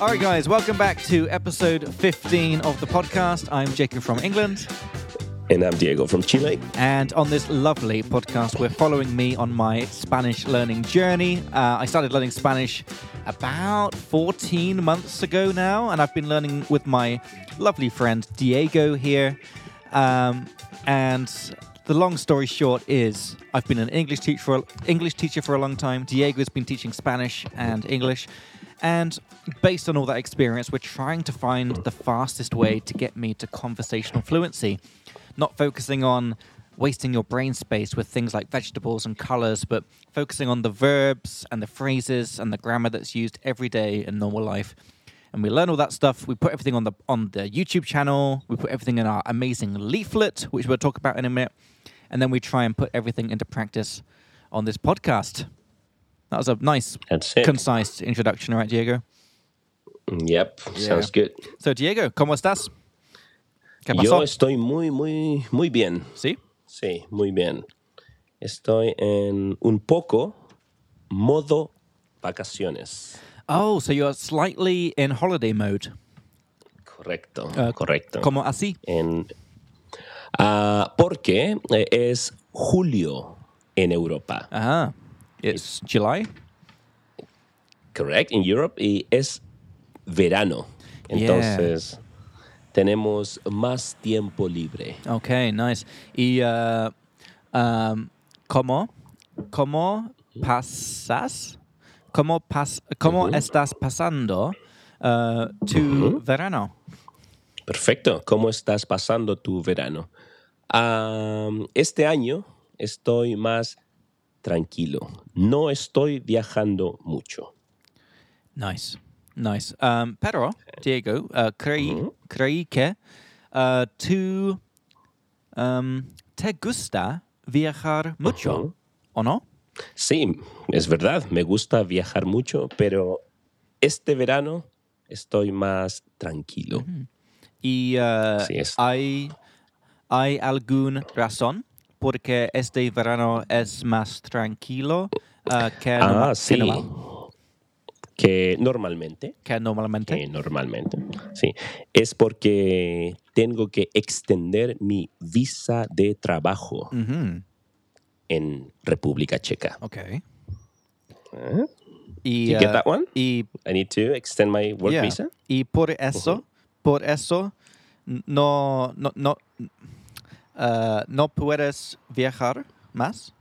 All right, guys, welcome back to episode 15 of the podcast. I'm Jacob from England. And I'm Diego from Chile. And on this lovely podcast, we're following me on my Spanish learning journey. Uh, I started learning Spanish about 14 months ago now, and I've been learning with my lovely friend Diego here. Um, and the long story short is, I've been an English teacher for a, English teacher for a long time. Diego has been teaching Spanish and English. And based on all that experience, we're trying to find the fastest way to get me to conversational fluency not focusing on wasting your brain space with things like vegetables and colors, but focusing on the verbs and the phrases and the grammar that's used every day in normal life. And we learn all that stuff. We put everything on the on the YouTube channel. We put everything in our amazing leaflet, which we'll talk about in a minute. And then we try and put everything into practice on this podcast. That was a nice, That's it. concise introduction, all right, Diego? Yep, sounds good. So, Diego, ¿cómo estás? ¿Qué Yo pasó? estoy muy, muy, muy bien. ¿Sí? Sí, muy bien. Estoy en un poco modo vacaciones. Oh, so you're slightly in holiday mode. Correcto, Ah, correcto. Como así. En, Ah, porque eh, es julio en Europa, Ah, it's July. correct, in Europe, y es verano. Entonces, tenemos más tiempo libre. Okay, nice. Y uh, um, cómo cómo pasas? Cómo pas cómo estás pasando uh, tu verano? Perfecto. ¿Cómo estás pasando tu verano? Am, este año estoy más tranquilo. No estoy viajando mucho. Nice, nice. Um, pero Diego, uh, creí creí que uh, tú um, te gusta viajar mucho, Ujú. ¿o no? Sí, es verdad. Me gusta viajar mucho, pero este verano estoy más tranquilo. Y uh, Así es. hay, hay alguna razón porque este verano es más tranquilo uh, que, norma- Ah, que sí. normal- Que normalmente, que normalmente. que normalmente, sí, es porque tengo que extender mi visa de trabajo Mm. Ujú, en República Checa. Ok. ¿Eh? Y, You get uh, that one? y, I need to extend my work yeah, visa. y por eso, por eso, n- no, no, no, uh, no puedes viajar más.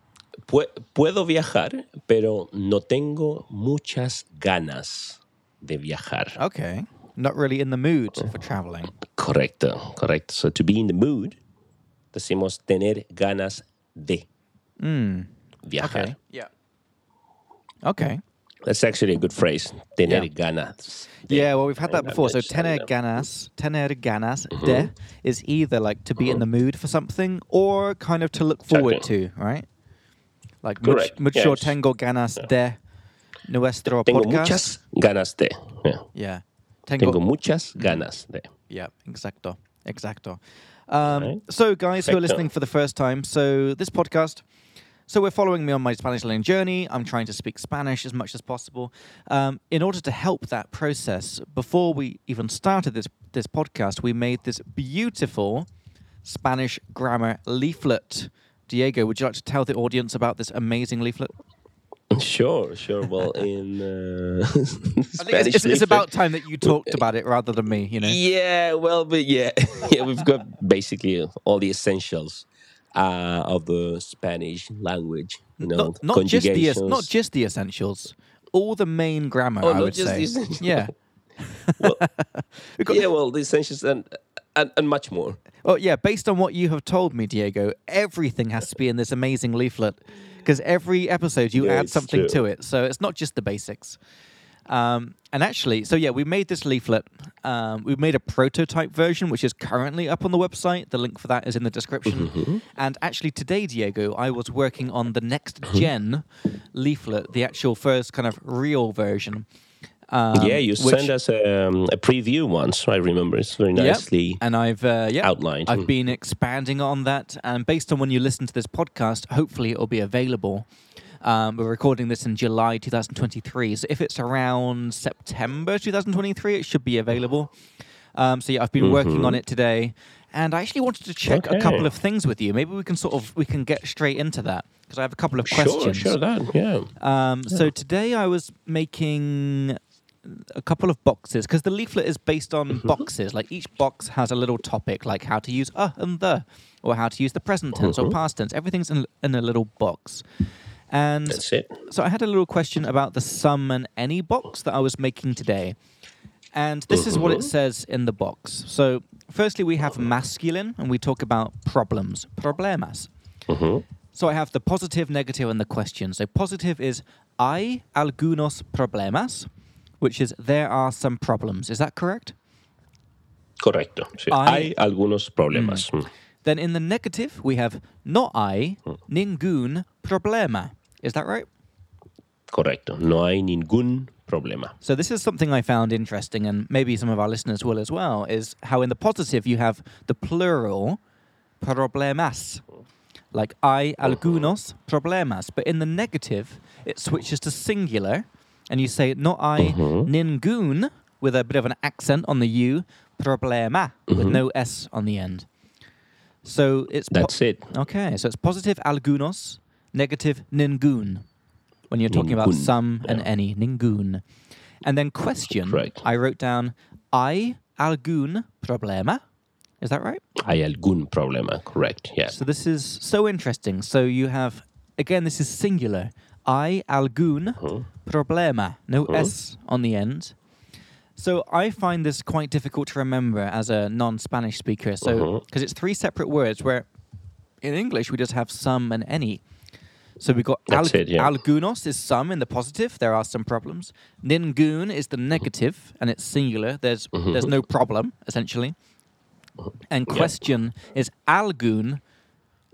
Pue- puedo viajar, pero no tengo muchas ganas de viajar. Okay. Not really in the mood for traveling. Correcto, correcto. So to be in the mood, decimos tener ganas de Mm, viajar. Okay. Yeah. Okay. That's actually a good phrase. Tener Yeah. ganas. de. Yeah, well, we've had that And before. So that's- tener yeah. ganas, tener ganas Mm-hmm. de is either like to be in the mood for something or kind of to look forward Exactly. to, right? Like much, Correct. mucho Yes. tengo ganas de nuestro Tengo podcast. muchas ganas de. Yeah. Yeah, tengo. Tengo muchas ganas de. Yeah, exacto, exacto. Um, Right. So, guys who are Perfecto. listening for the first time, so this podcast. So we're following me on my Spanish learning journey. I'm trying to speak Spanish as much as possible. Um, in order to help that process, before we even started this this podcast, we made this beautiful Spanish grammar leaflet. Diego, would you like to tell the audience about this amazing leaflet? Sure, sure. Well, in uh, I think it's, Spanish it's- it's leaflet- about time that you talked about it rather than me. You know. Yeah, well, but yeah, yeah, we've got basically all the essentials uh, of the Spanish language. You know, not, not just the es- not conjugations. just the essentials, all the main grammar. Oh, I not would just say, the essentials. yeah. Well, We've got- yeah, well, the essentials and, and and much more. Oh, yeah. Based on what you have told me, Diego, everything has to be in this amazing leaflet because every episode you Yeah, add it's something true. to it, so it's not just the basics. Um, and actually, so yeah, we made this leaflet. Um, we made a prototype version, which is currently up on the website. The link for that is in the description. Mm-hmm. And actually, today, Diego, I was working on the next Mm-hmm. gen leaflet, the actual first kind of real version. Um, yeah, you which- sent us um, a preview once. I remember it's very Yep. nicely. And I've uh, yeah, outlined. I've Mm. been expanding on that, and based on when you listen to this podcast, hopefully it will be available. Um, we're recording this in July 2023. So if it's around September 2023, it should be available. Um, so yeah, I've been working on it today, and I actually wanted to check a couple Mm-hmm. Okay. of things with you. Maybe we can sort of we can get straight into that because I have a couple of Sure, questions. sure, that. Yeah. Um, So today I was making a couple of boxes because the leaflet is based on boxes. Like each box has a little topic, like how to use uh and the, or how to use the present tense or past tense. Everything's in, in a little box. And That's it. so I had a little question about the sum and any box that I was making today. And this is what it says in the box. So, firstly, we have masculine and we talk about problems, problemas. Mm-hmm. So, I have the positive, negative, and the question. So, positive is hay algunos problemas, which is there are some problems. Is that correct? Correcto. sí. I- Hay algunos problemas. Mm. Then in the negative, we have no hay ningún problema. Is that right? Correcto. No hay ningún problema. So this is something I found interesting, and maybe some of our listeners will as well, is how in the positive you have the plural problemas, like hay algunos problemas, but in the negative it switches to singular, and you say no hay ningún with a bit of an accent on the u problema with no s on the end. So it's po- That's it. Okay, so it's positive algunos, negative ningun, when you're talking about Ningun, some and any, ningun. And then question, Correct. I wrote down, ¿hay algún problema? Is that right? Hay algún problema. Correct. Yeah. So this is so interesting. So you have, again, this is singular. ¿Hay algún Mm-hmm. problema? No S on the end. So I find this quite difficult to remember as a non-Spanish speaker. So Mm-hmm. because it's three separate words, where in English we just have some and any. So we got That's it, yeah. algunos is some in the positive. There are some problems. Ningun is the negative, and it's singular. There's Mm-hmm. there's no problem essentially. And question is algun,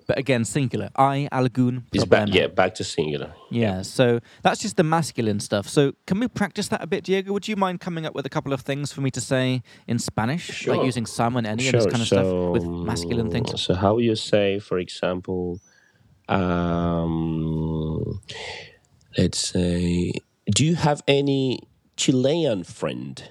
but again singular. I algun It's back, problema. yeah, back to singular. Yeah, so that's just the masculine stuff. So can we practice that a bit, Diego? Would you mind coming up with a couple of things for me to say in Spanish, like Sure. using some and any and this kind of stuff with masculine things? So how you say, for example, um, let's say, do you have any Chilean friend?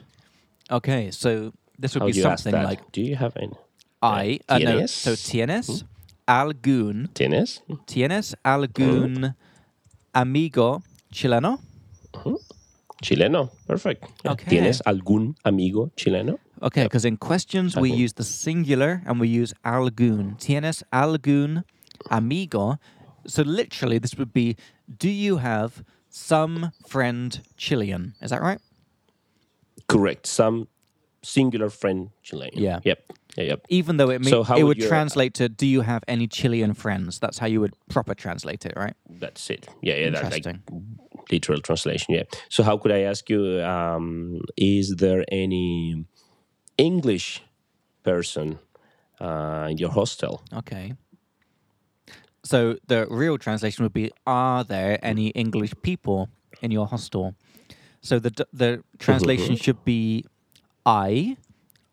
Okay, so this would How be do you ask something that? like do you have any? I. Uh, no, ¿Tienes? so tienes Hmm? algún ¿Tienes? tienes Hmm? algún amigo chileno? Chileno. Perfect. Yeah. Okay. ¿Tienes algún amigo chileno? Okay, because in questions we use the singular and we use algún. Tienes algún amigo. So literally, this would be, do you have some friend Chilean? Is that right? Correct. Some singular friend Chilean. Yeah. Yep. Yeah, yep. Even though it mean, So how it would would your- translate to, do you have any Chilean friends? That's how you would proper translate it, right? That's it. Yeah, yeah. That, like Interesting. literal translation. Yeah. So how could I ask you? Um, is there any English person uh, in your hostel? Okay. So the real translation would be: Are there any English people in your hostel? So the d- the translation Mm-hmm. should be: I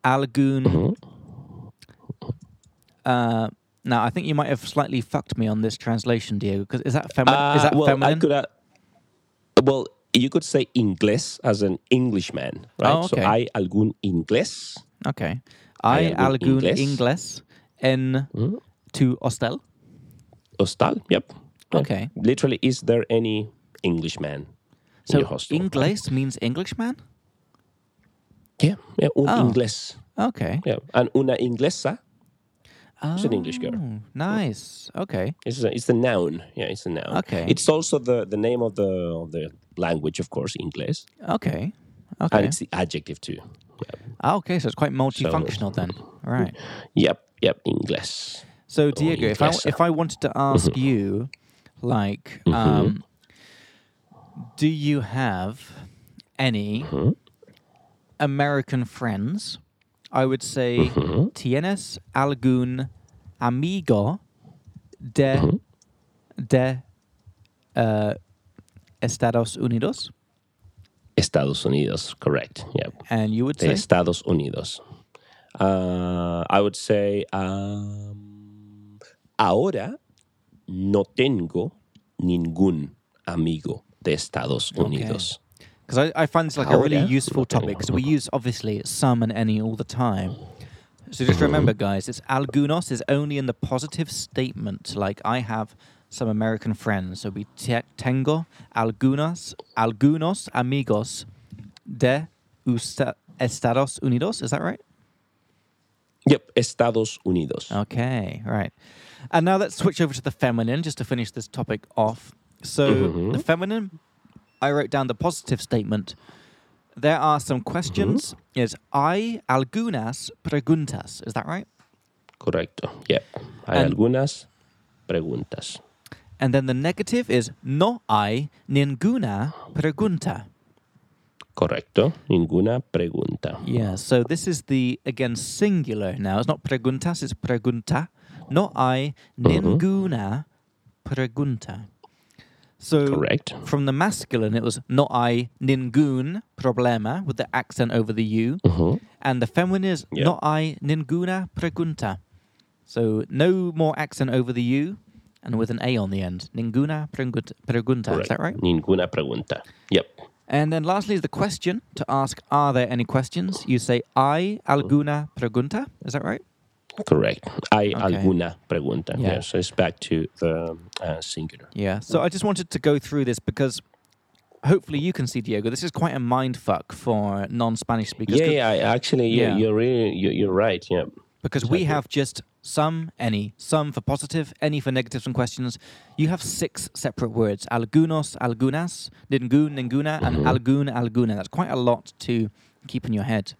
algun. Mm-hmm. Uh, now I think you might have slightly fucked me on this translation, Diego. Because is that feminine? is Uh, that well, I feminine? could. Uh, well, you could say inglés as an Englishman, right? Oh, So okay. hay algún inglés Okay. I algun algún inglés, inglés? en Mm-hmm. tu hostel. hostal. Yep. Yeah. Okay. Literally, is there any Englishman in So your hostel? inglés means Englishman. Yeah, yeah, un Oh. inglés. Okay. Yeah, and una inglesa is an English girl. Oh, nice. Okay. It's a, it's the noun. Yeah, it's a noun. Okay. It's also the, the name of the of the language, of course, English, Okay. and Okay. it's the adjective too. Yep, Ah, okay, so it's quite multifunctional then. Right. yep, yep English. So Diego, if I Oh, yes, Mm-hmm. sir. if I wanted to ask you, like, um, do you have any Mm-hmm. American friends? I would say Mm-hmm. tienes algún amigo de Mm-hmm. de uh, Estados Unidos, Estados Unidos, correct. Yep. and you would De say Estados Unidos. Uh, I would say um, ahora no tengo ningún amigo de Estados Unidos. Because I, I find this like a Ahora, really useful lo tengo. topic because we use obviously some and any all the time. So just remember, guys, it's algunos is only in the positive statement. Like I have some American friends, so we te- tengo algunas algunos amigos de usta- Estados Unidos. Is that right? Yep, Estados Unidos. Ah. Okay, right. And now let's switch over to the feminine just to finish this topic off. So, the feminine, I wrote down the positive statement. There are some questions. Is I algunas preguntas? Is that right? Correcto. Yep. Hay And- algunas preguntas. And then the negative is no hay ninguna pregunta. Correcto. Ninguna pregunta. Yeah, so this is the, again, singular now. It's not preguntas, it's pregunta. No hay ninguna pregunta. So, Correct. from the masculine, it was no hay ningún problema with the accent over the U. Ujú. And the feminine is Yeah. no hay ninguna pregunta. So no more accent over the U and with an A on the end. Ninguna pregunta. pregunta. Is Correct. that right? Ninguna pregunta. Yep. And then lastly is the question to ask are there any questions? You say hay alguna pregunta. Is that right? Correct. Hay Okay. alguna pregunta. Yeah. Yeah. So it's back to the uh, singular. Yeah. So I just wanted to go through this because hopefully you can see, Diego, this is quite a mind fuck for non Spanish speakers. Yeah, 'cause- yeah. I, actually, you, Yeah. you're really, you, you're right. Yeah. because we Exactly. have just some, any, some for positive, any for negatives and questions. You have six separate words: algunos, algunas, ningun, ninguna, and Mm-hmm. algun, alguna. That's quite a lot to keep in your head.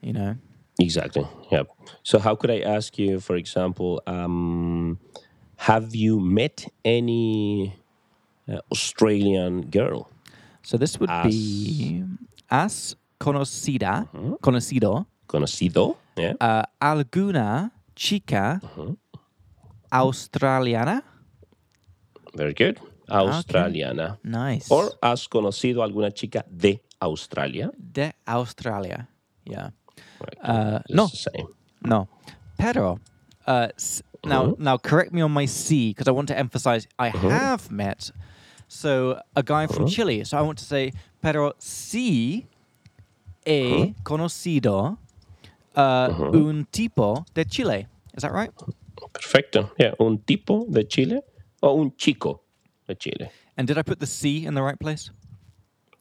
You know. Exactly. Yeah. So how could I ask you, for example, um, have you met any uh, Australian girl? So this would be as conocida, Mm-hmm. conocido, Conocido? Yeah. uh, alguna chica Mm-hmm. australiana. Very good. Australiana. Nice. Or has conocido alguna chica de Australia? de Australia. Yeah. Right. Uh, It's no. the same. No. Pero, uh, s- now, now correct me on my C because I want to emphasize I have met so a guy from Chile. So I want to say, pero sí he conocido uh, un tipo de Chile. Is that right? Perfecto. Yeah. Un tipo de Chile o un chico de Chile. And did I put the C in the right place?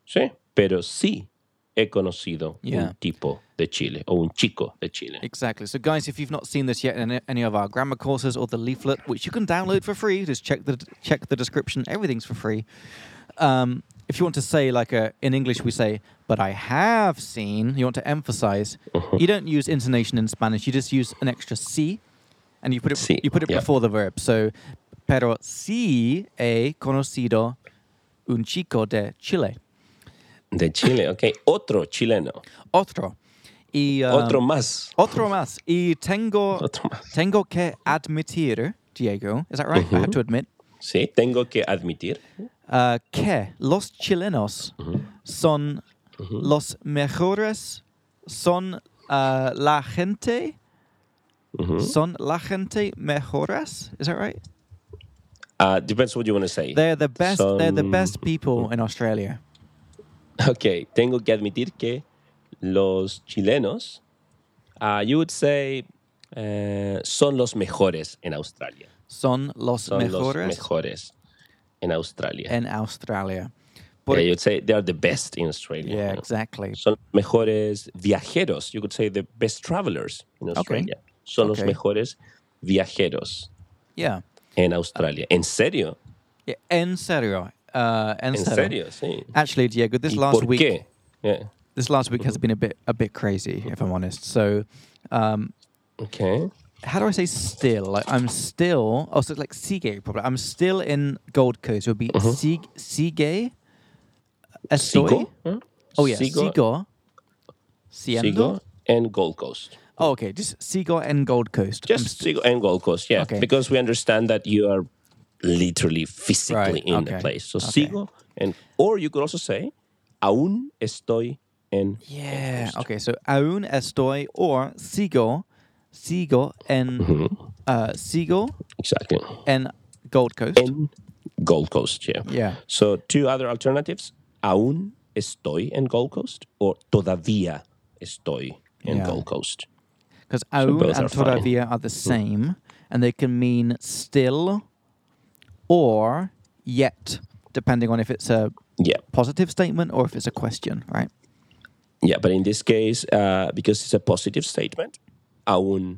Sí. Pero sí he conocido Yeah. un tipo de Chile o un chico de Chile. Exactly. So, guys, if you've not seen this yet in any of our grammar courses or the leaflet, which you can download for free, just check the check the description. Everything's for free. Um, if you want to say like a, in English, we say, "But I have seen." You want to emphasize. Uh-huh. You don't use intonation in Spanish. You just use an extra c, and you put it Sí, you put it yeah. before the verb. So, pero sí he conocido un chico de Chile. De Chile, ok. Otro chileno. Otro. Y, um, Otro más. Otro más. Y tengo, Otro más. tengo que admitir, Diego, is that right? I Mm-hmm. had to admit. Sí, tengo que admitir Uh, que los chilenos Mm-hmm. son los mejores, son uh, la gente, Mm-hmm. son la gente mejores, is that right? Uh, depends what you want to say. They're the best, they're the Son- best people in Australia. Okay, tengo que admitir que los chilenos, uh, you would say, eh, son los mejores en Australia. Son los Son mejores los mejores en Australia. en Australia. Por- Yeah, you would say they are the best in Australia. yeah, you know. exactly. Son los mejores viajeros. You could say the best travelers in Australia. Son los Okay. mejores viajeros Yeah. en Australia. ¿En serio? yeah. En serio. Uh, en ¿En serio. serio? Sí. Actually, Diego, this ¿Y last por week, qué? Yeah. this last week has been a bit a bit crazy, if I'm honest. So, um, Okay. how do I say still? Like, I'm still. Oh, so it's like Seagate, probably. I'm still in Gold Coast. It would be Seag Seagate. Estoy. ¿Sigo? ¿Eh? Oh yeah, ¿Sigo? sigo. Siendo. Sigo and Gold Coast. Oh, okay, just sigo and Gold Coast. I'm Just Sigo and Gold Coast, yeah. Okay. Because we understand that you are literally physically Right, in okay, a place. So okay. Sigo and or you could also say aún estoy en Yeah. Okay. So aún estoy or sigo, sigo en uh, sigo exactly en Gold Coast. en Gold Coast. Yeah. Yeah. So two other alternatives: aún estoy en Gold Coast or todavía estoy en Yeah. Gold Coast. Because aún both and are fine. todavía are the same, and they can mean still or yet, depending on if it's a Yeah. positive statement or if it's a question, right? Yeah, but in this case, uh, because it's a positive statement, aún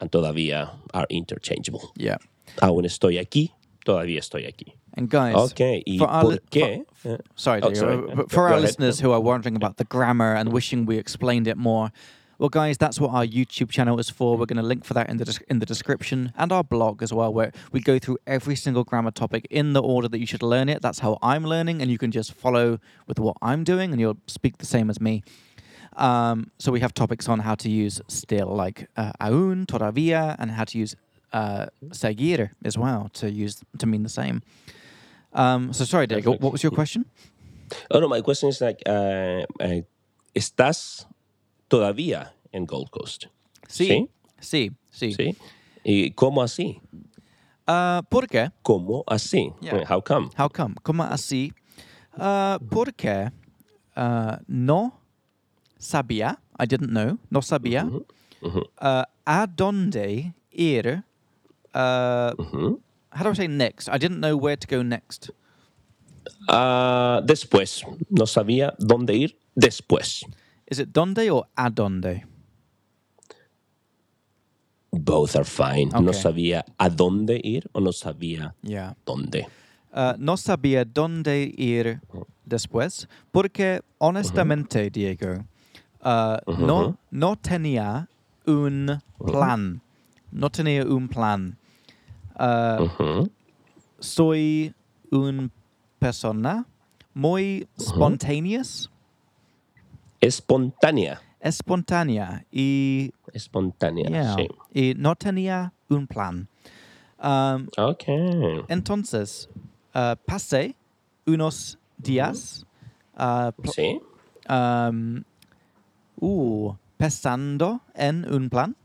and todavía are interchangeable. Yeah. Aún estoy aquí, todavía estoy aquí. And guys, Okay, ¿y for our por li- qué? for- Eh, sorry, oh, Leo, sorry. but Go- for go our ahead. listeners who are wondering about the grammar and wishing we explained it more, well, guys, that's what our YouTube channel is for. We're going to link for that in the des- in the description and our blog as well, where we go through every single grammar topic in the order that you should learn it. That's how I'm learning, and you can just follow with what I'm doing, and you'll speak the same as me. Um, so we have topics on how to use still, like uh, aún, todavía, and how to use uh, seguir as well to use to mean the same. Um, so sorry, Diego, Perfect. what was your question? Oh no, my question is like, uh, uh, ¿estás todavía en Gold Coast? Sí, sí, sí. ¿Sí? ¿Y cómo así? Uh, ¿Por qué? ¿Cómo así? Yeah. How come? How come? ¿Cómo así? Uh, porque uh, no sabía, I didn't know, no sabía uh, a dónde ir. Uh, How do I say next? I didn't know where to go next. Ah, después, no sabía dónde ir después. Is it donde or a dónde? Both are fine. No Okay. sabía a dónde ir o no sabía Yeah. dónde. Uh, no sabía dónde ir después, porque honestamente, Diego, uh, no, no tenía un plan. No tenía un plan. Uh, Soy un persona muy espontánea, Espontánea. espontánea y, Espontánea, yeah, sí. y no tenía un plan. Um, Ok. Entonces, uh, pasé unos días uh, pl- Sí. um, uh, pensando en un plan.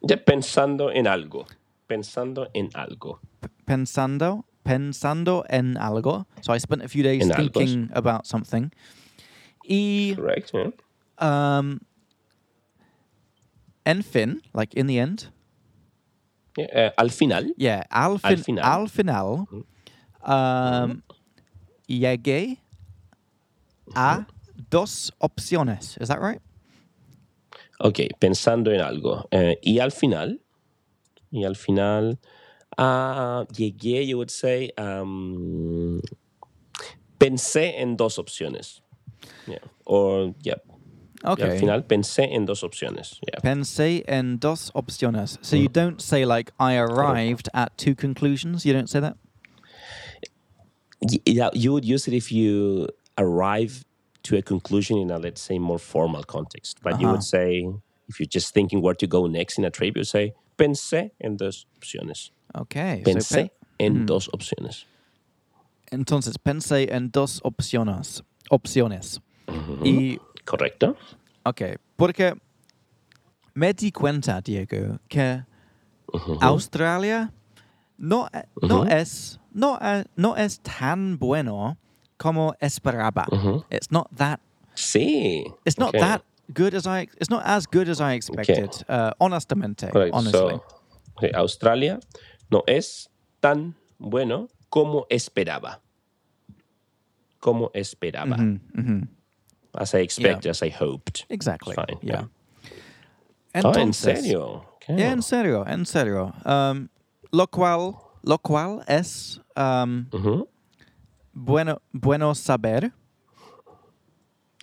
Ya pensando en algo. Pensando en algo. P- Pensando, pensando en algo. So I spent a few days En algo. thinking about something. Y, Correct. yeah. um, en fin, like in the end. Yeah, eh, al final. Yeah, al, fin- Al al final. final. Mm-hmm. um, llegué a dos opciones. Is that right? Ok, pensando en algo. Eh, y al final. Y al final. ah, llegué, you would say. um, pensé en dos opciones. Yeah. Or, yeah. Y Okay. al final pensé en dos opciones. Yeah. Pensé en dos opciones. So Mm. you don't say like I arrived at two conclusions. You don't say that. Y- yeah, you would use it if you arrive to a conclusion in a let's say more formal context. But you Uh-huh. would say if you're just thinking where to go next in a trip, you say pensé en dos opciones. Okay. so Pensé Mm-hmm. en dos opciones. pe- entonces pensé en dos opciones. Opciones. Y Correcto. okay, porque me di cuenta, Diego, que Australia no e- no es no e- no es tan bueno como esperaba. It's not that Sí. it's not Okay. that good as I. It's not as good as I expected. Uh, honestamente, Correcto. honestly. So, sí, Australia no es tan bueno como esperaba. Como esperaba. As I expected, as I hoped. Mm-hmm. Exactly. Fine, Yeah. yeah. Entonces, oh, en serio. Okay. Yeah, en serio, en serio. Um, lo cual, lo cual es um, Mm-hmm. bueno, bueno saber.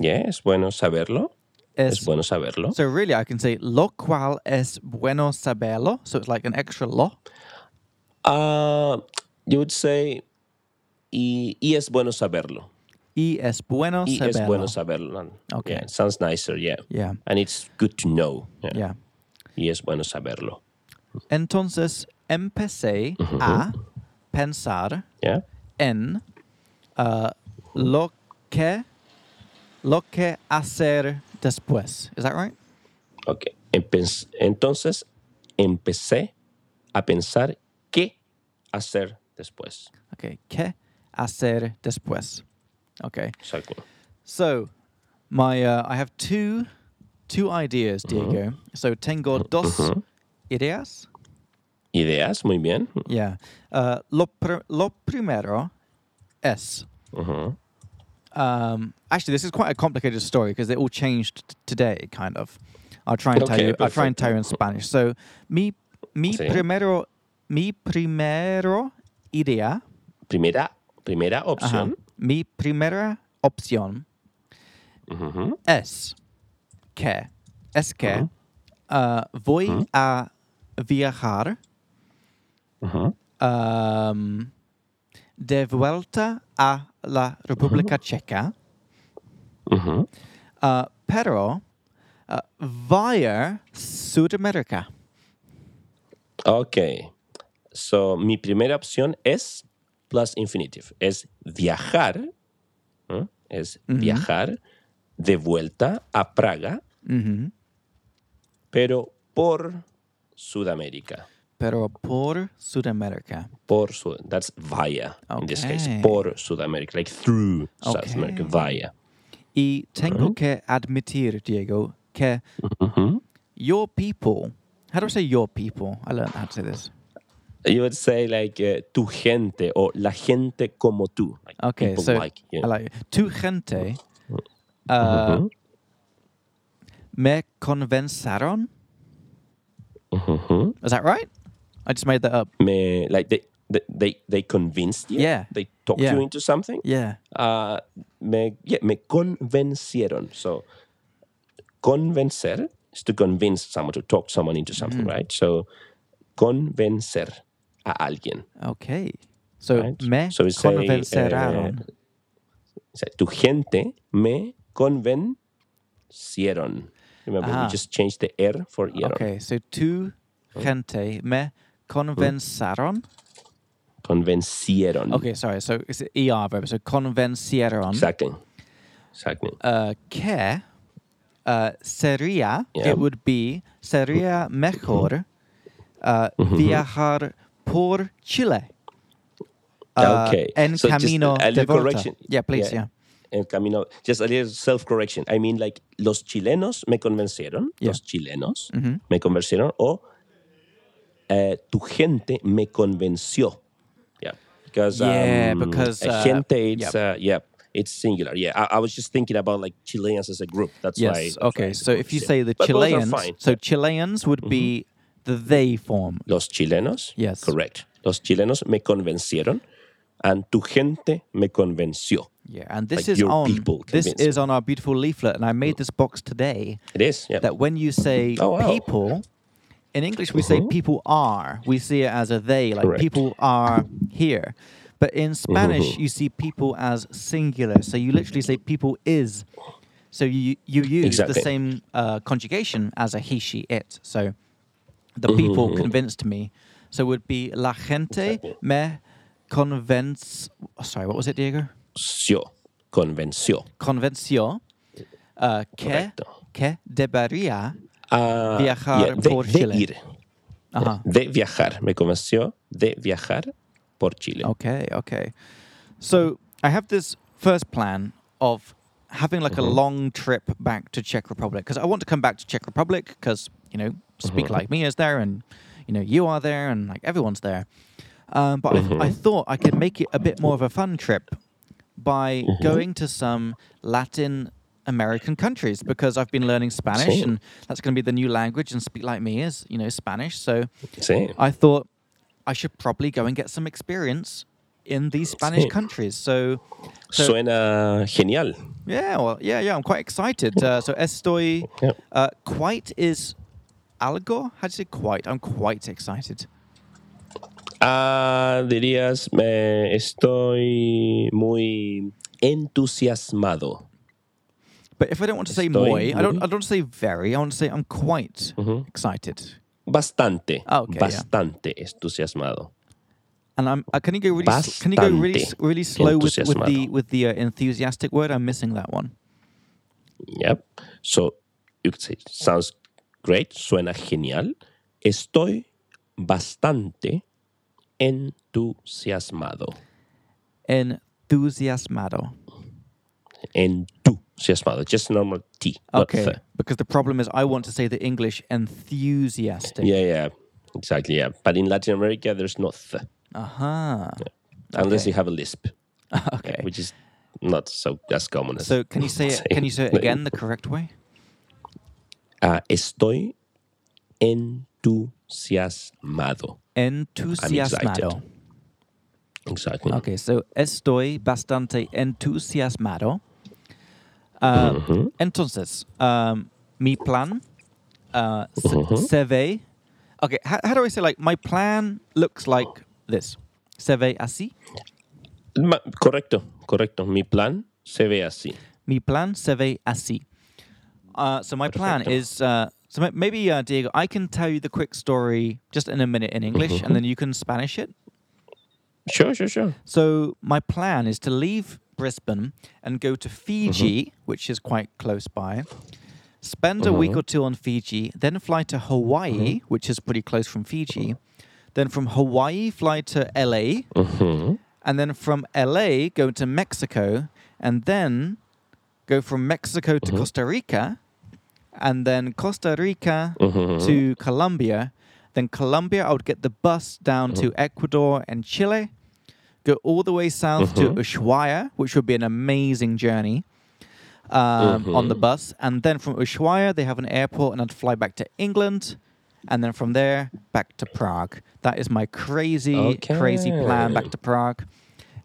Yeah, es bueno saberlo. Es, Es bueno saberlo. so really, I can say lo cual es bueno saberlo. So it's like an extra lo. Ah, you would say, y, y es bueno saberlo. Y es bueno Y saberlo. es bueno saberlo. Okay. Yeah, it sounds nicer, yeah. Yeah. And it's good to know. Yeah. yeah. Y es bueno saberlo. Entonces empecé Mm-hmm. a pensar Yeah. en uh, lo que lo que hacer después. Is that right? Okay. Empe- entonces, empecé a pensar qué hacer después. Okay. ¿Qué hacer después? Okay. Exacto. So, my uh, I have two two ideas, Mm-hmm. Diego. So tengo dos Ujú. ideas. Ideas, muy bien. Yeah. Uh, lo pr- lo primero es. Ujú. Um, actually, this is quite a complicated story because they all changed t- today, kind of. I'll try and tell Okay, you. I'll try and tell you in perfecto. Spanish. So, mi mi Sí. primero mi primero idea. Primera, primera Ajá. opción. Mi primera opción Ujú. es que es que uh, voy a viajar Ujú. um, de vuelta a la República Checa, Ujú. uh, pero uh, via Sudamérica. Ok. So, mi primera opción es plus infinitive. Es viajar. ¿eh? Es viajar de vuelta a Praga, Ujú. pero por Sudamérica. Pero por Sudamérica. Por Sud that's via in this case. Okay. Por Sudamérica, like through South Okay. America, via. Y tengo que admitir, Diego, que Mm. Ujú. your people. How do I say your people? I learned how to say this. You would say like eh, tu gente o la gente como tú. Like, Okay, people so like you. Mm-hmm. I like it. tu gente uh, me convenzaron. Ujú. Is that right? I just made that up. Me, like they, they, they, they convinced you. Yeah. They talked Yeah. you into something. Yeah. Ah, me, yeah, me convencieron. So, convencer is to convince someone, to talk someone into something, Mm-hmm. right? So, convencer a alguien. Okay. So Right. me So we say, uh, convenzaron. O sea, tu gente me convencieron. Remember, Ah. we just changed the R for ieron. okay. So tu Mm-hmm. gente me convenzaron. Convencieron. Okay. Sorry. So it's an er verb. So convencieron. Exactly. Exactly. uh, que uh, sería, Yeah. it would be, sería mejor uh, Mm-hmm. viajar por Chile. uh, okay. En So just camino a de little vuelta. correction. Yeah, please, yeah. En camino. Just a little self-correction. I mean, like, los chilenos me convencieron. Yeah. Mm-hmm. Los chilenos me convencieron. O eh, tu gente me convenció. Yeah. Because, Yeah, um, because, eh, uh, gente, it's, yeah. uh, yeah, it's singular. Yeah. I, I was just thinking about, like, Chileans as a group. That's why. Yes, that's why okay. I So if you said- say the But both are Chileans, fine. Mm-hmm. so Chileans would be the they form. Los chilenos. Yes. Correct. Los chilenos me convencieron. And tu gente me convenció. Yeah, and this Like is your on people this convince Mm. is on our beautiful leaflet, and I made this box today. It is. Yeah. That when you say Oh, wow. Mm-hmm. people, in English we say people are. We see it as a they, like Correct. Mm-hmm. people are here. But in Spanish, you see people as singular. So you literally say people is. So you you use the Exactly. same uh, conjugation as a he, she, it. So the Mm-hmm, people convinced me. So it would be la gente Exactly. me convence. Sorry, what was it, Diego? convenció, convenció. Convenció uh, que, Correcto. que debería Ah, Viajar de, por de Chile. ir, Ajá. de viajar, me convenció de viajar por Chile. Okay, okay. So I have this first plan of having like a long trip back to Czech Republic because I want to come back to Czech Republic because you know Speak Like Me is there and you know you are there and like everyone's there. Um, but I, I thought I could make it a bit more of a fun trip by going to some Latin American countries because I've been learning Spanish Sure. and that's going to be the new language and Speak Like Me is you know Spanish. So Sí, I thought I should probably go and get some experience in these Spanish Sí. countries. So, so- suena genial. yeah, well, yeah, yeah, I'm quite excited. Uh, so estoy Yeah. uh, quite is algo. How do you say quite? I'm quite excited. Ah, dirías, me estoy muy entusiasmado. But if I don't want to say Estoy muy, I don't. muy- I don't want to say very. I want to say I'm quite Mm-hmm. excited. Bastante, Ah, ok, ya. bastante entusiasmado. And I'm. Uh, can you go really? s- Can you go really, s- Bastante really slow with, with the entusiasmado. with the uh, enthusiastic word? I'm missing that one. Yep. So, you could say, sounds great, suena genial. Estoy bastante entusiasmado. Entusiasmado. Entusiasmado. Just normal T. not Okay. th. Because the problem is, I want to say the English enthusiastic. Yeah, yeah. Exactly, yeah. But in Latin America, there's no th. Aha. Unless you have a lisp, Uh-huh. okay. which is not so as common as So can you say it? Can you say it again the correct way? Ah, estoy entusiasmado. Entusiasmado. Exactly. Okay, so estoy bastante entusiasmado. Ah, Entonces, um, mi plan uh, se, se ve. Okay, how, how do I say like my plan looks like this? Se ve así. Ma- correcto, correcto. Mi plan se ve así. Mi plan se ve así. Uh, so my plan Perfecto. is. Uh, so ma- maybe uh, Diego, I can tell you the quick story just in a minute in English, and then you can Spanish it. Sure, sure, sure. So my plan is to leave Brisbane and go to Fiji, which is quite close by. Spend a week or two on Fiji, then fly to Hawaii, which is pretty close from Fiji. Then from Hawaii, fly to LA, and then from LA, go to Mexico, and then go from Mexico to Costa Rica, and then Costa Rica to Colombia. Then Colombia, I would get the bus down to Ecuador and Chile, go all the way south to Ushuaia, which would be an amazing journey um, on the bus. And then from Ushuaia, they have an airport, and I'd fly back to England. And then from there, back to Prague. That is my crazy, crazy plan back to Prague.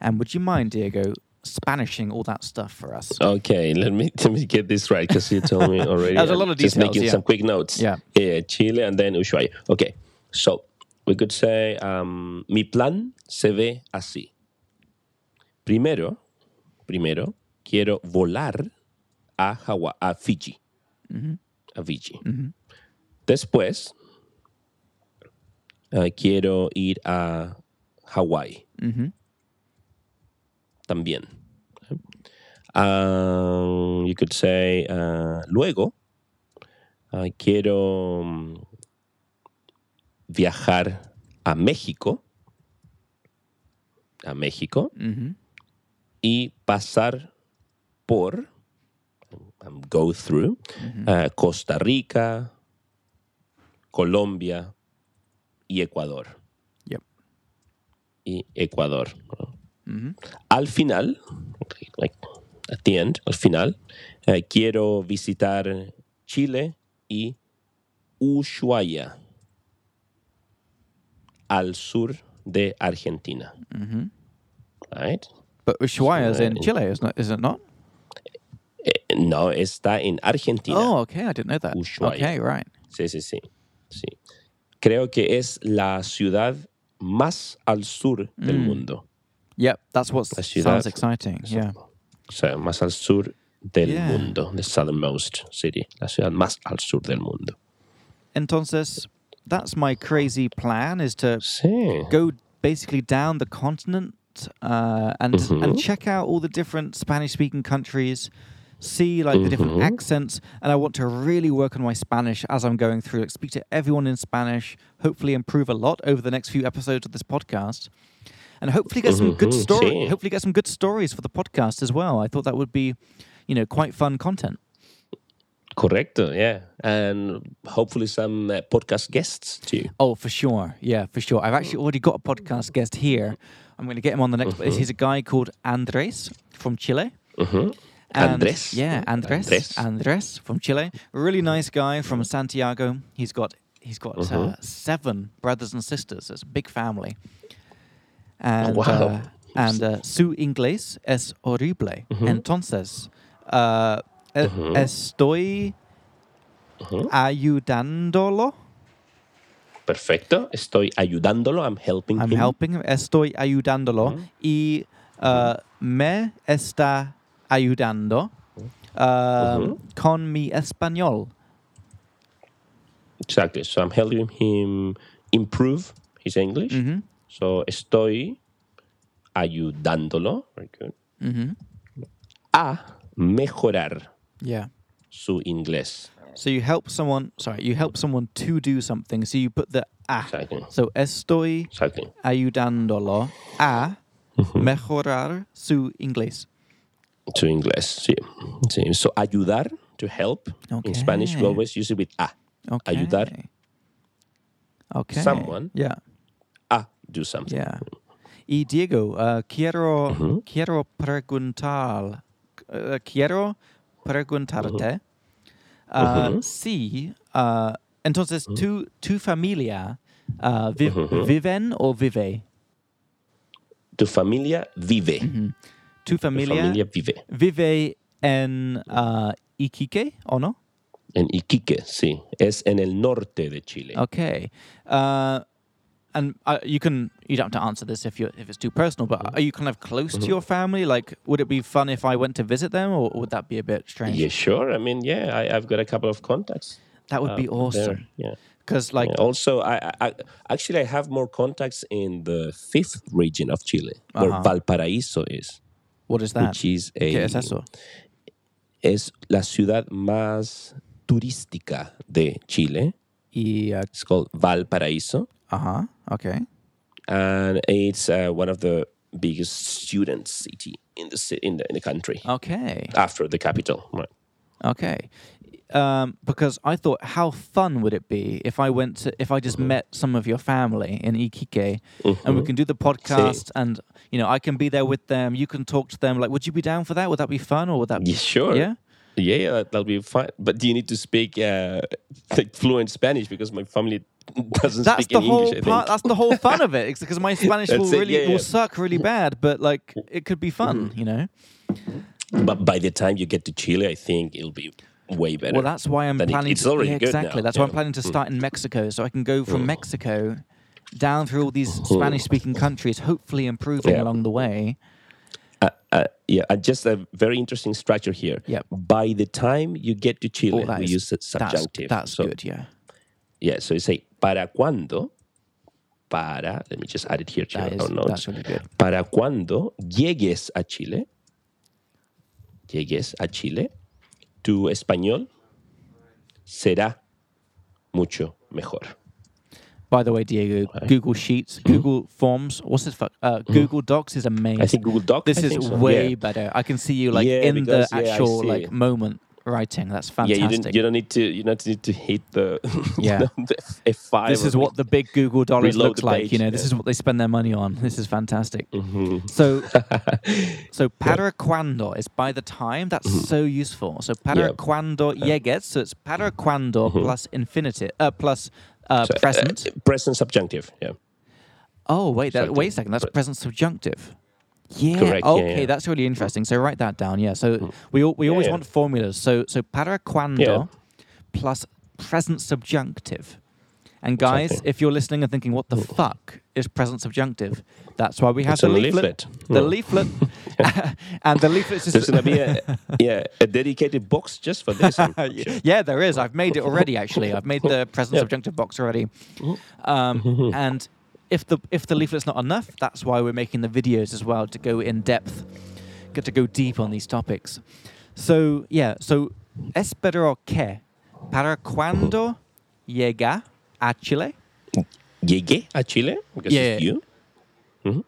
And would you mind, Diego, Spanishing all that stuff for us? Okay, let me let me get this right because you told me already. There's a I'm lot of Just details, making yeah. some quick notes. Yeah. yeah. Chile and then Ushuaia. Okay, so we could say um, mi plan se ve así. Primero, primero quiero volar a Hawa- a Fiji, Mm-hmm. a Fiji. Después eh, quiero ir a Hawái. Mm-hmm. También. Um, you could say, uh, luego, uh, quiero mm, viajar a México, a México, y pasar por, um, go through, uh, Costa Rica, Colombia y Ecuador. Yep. Y Ecuador. ¿no? Al final, like, at the end, al final, eh, quiero visitar Chile y Ushuaia, al sur de Argentina. Right? But Ushuaia is in Ushuaia. Chile, isn't it? Is it not? Eh, no, está en Argentina. Oh, okay. I didn't know that. Ushuaia. Okay, right. Sí, sí, sí, sí. Creo que es la ciudad más al sur del Mm. mundo. Yep, that's what La sounds ciudad. exciting. Yeah. O sea, más al sur del Yeah. mundo, the southernmost city, la ciudad más al sur del mundo. Entonces, that's my crazy plan is to Sí. go basically down the continent uh, and and check out all the different Spanish speaking countries, see like the different accents, and I want to really work on my Spanish as I'm going through. Like speak to everyone in Spanish, hopefully improve a lot over the next few episodes of this podcast, and hopefully get some good Mhm, story. sí. Hopefully get some good stories for the podcast as well. I thought that would be, you know, quite fun content. Correcto, yeah. And hopefully some uh, podcast guests too. Oh, for sure. Yeah, for sure. I've actually already got a podcast guest here. I'm going to get him on the next. He's a guy called Andres from Chile. And- Andres. Yeah, Andres. Andres. Andres. from Chile. Really nice guy from Santiago. He's got he's got Mm-hmm. uh, seven brothers and sisters. It's a big family. And, Wow. Uh, and uh, su inglés es horrible. Mm-hmm. Entonces, uh, e- estoy ayudándolo. Perfecto. Estoy ayudándolo. I'm helping I'm him. helping him. Estoy ayudándolo. Mm-hmm. Y uh, me está ayudando um, Mm-hmm. con mi español. Exactly. So I'm helping him improve his English. Mm-hmm. So estoy ayudándolo. Very good. Mm-hmm. A mejorar Yeah. su inglés. So you help someone. Sorry, you help someone to do something. So you put the a. Exactly. So estoy Exactly. Mm-hmm. ayudándolo a Mm-hmm. mejorar su inglés. To English. Sí. sí. So ayudar, to help. In Spanish, we Okay. always use it with a. Okay. Ayudar. Okay. Someone. Yeah. A. Do something. Yeah. Y Diego, uh, quiero Mm-hmm. quiero preguntar uh, quiero preguntarte Mm-hmm. uh, si uh, entonces tu tu familia uh, vi- Mm-hmm. viven o vive Tu familia vive. tu Tu Mm-hmm. familia, familia vive. vive en uh, Iquique o no? En Iquique, sí. Es en el norte de Chile. Okay. Uh, and uh, you can you don't have to answer this if you if it's too personal, but Mm-hmm. are you kind of close to your family? Like, would it be fun if I went to visit them, or would that be a bit strange? Yeah, sure. I mean, yeah, I, I've got a couple of contacts. That would be out Uh, there. awesome. Yeah. Because like, Yeah, Also, I, I- I actually I have more contacts in the fifth region of Chile, where Valparaíso is, what is that? which is a ¿Qué es eso? es la ciudad más turística de Chile. Y, uh, It's called Valparaíso, uh-huh. Okay. and it's uh, one of the biggest student city in the ci- in the, in the country Oh. Okay. after the capital. Right. Okay. Um, because I thought, how fun would it be if I went to, if I just Mm-hmm. met some of your family in Iquique and we can do the podcast and, you know, I can be there with them. You can talk to them. Like, would you be down for that? Would that be fun or would that be? Yeah, sure. Yeah. Yeah, yeah, that, that'll be fine. But do you need to speak uh, like fluent Spanish because my family doesn't That's speak the in whole English. I part. think. That's the whole fun of it. Because my Spanish will That's it, really yeah, yeah. Mm-hmm. will suck really bad, but like it could be fun, you know. But by the time you get to Chile, I think it'll be way better. Well, that's why I'm Then it- planning. it's to, already yeah, good now, exactly. That's why I'm yeah. Hmm. planning to start in Mexico, so I can go from Mexico down through all these Spanish-speaking countries, hopefully improving Hmm. Yeah. along the way. uh, yeah, and just a very interesting structure here. Yep. By the time you get to Chile, Oh, that we is- use a that's- subjunctive. That's, so, good. Yeah, Yeah, so you say para cuando, para. Let me just add it here to that your is own notes. that's really good. Para cuando llegues a Chile, llegues a Chile, tu español será mucho mejor. By the way, Diego, Google Sheets, Google Forms, what's this? Fuck, uh, Google Docs is amazing. Hmm. I think Google Doc. this I is think so, way yeah. better. I can see you like Yeah, in because, the yeah, I actual see. like moment writing. That's Yeah, fantastic. you don't, you don't need to you don't need to hit the Yeah. yeah the F five. this is what the big Google dollars Reload looks the like. You page, know, this yeah. Mm-hmm. is what they spend their money on. This is fantastic. So, so para cuando is by the time. That's so useful. So para Mm-hmm. Yeah. Mm-hmm. cuando llegues. So it's para cuando plus infinitive uh, plus uh, present. present subjunctive. Yeah, oh wait, that, wait a subjunctive. second. That's present subjunctive. Yeah. Correct, yeah, Okay, yeah. Hmm. that's really interesting. So write that down. Yeah. So we al- we always yeah. want formulas. So so para cuando Yeah. plus present subjunctive. And guys, Exactly. Hmm. if you're listening and thinking, what the fuck is present subjunctive? That's why we have It's the on the leaflet. leaflet. The Mm. leaflet. and the leaflet's there's just. gonna be a yeah a dedicated box just for this. I'm sure. Yeah, there is. I've made it already, actually. I've made the present subjunctive box already. Um, Mm-hmm. and if the, if the leaflet's not enough, that's why we're making the videos as well to go in depth, get to go deep on these topics. So, yeah, so espero que para cuando llega a Chile. Llegué a Chile because Yeah. it's you.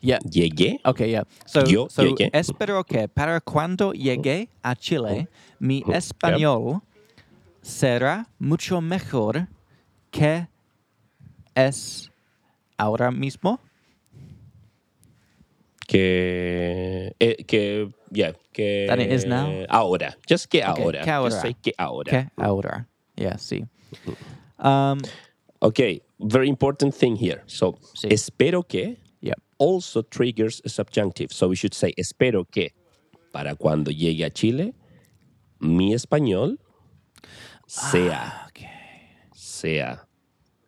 Yeah. Llegué. Okay, yeah. So, Yo so llegué. espero que para cuando llegue a Chile, Oh. mi español será mucho mejor que es ahora mismo. Que, eh, que, yeah, que That it is now? ahora. Just que ahora. que ahora. Just say que ahora. Que ahora. Yeah, sí. Um, Okay, very important thing here. So, Sí. espero que yeah. also triggers a subjunctive. So we should say, espero que para cuando llegue a Chile, mi español Ah. sea, sea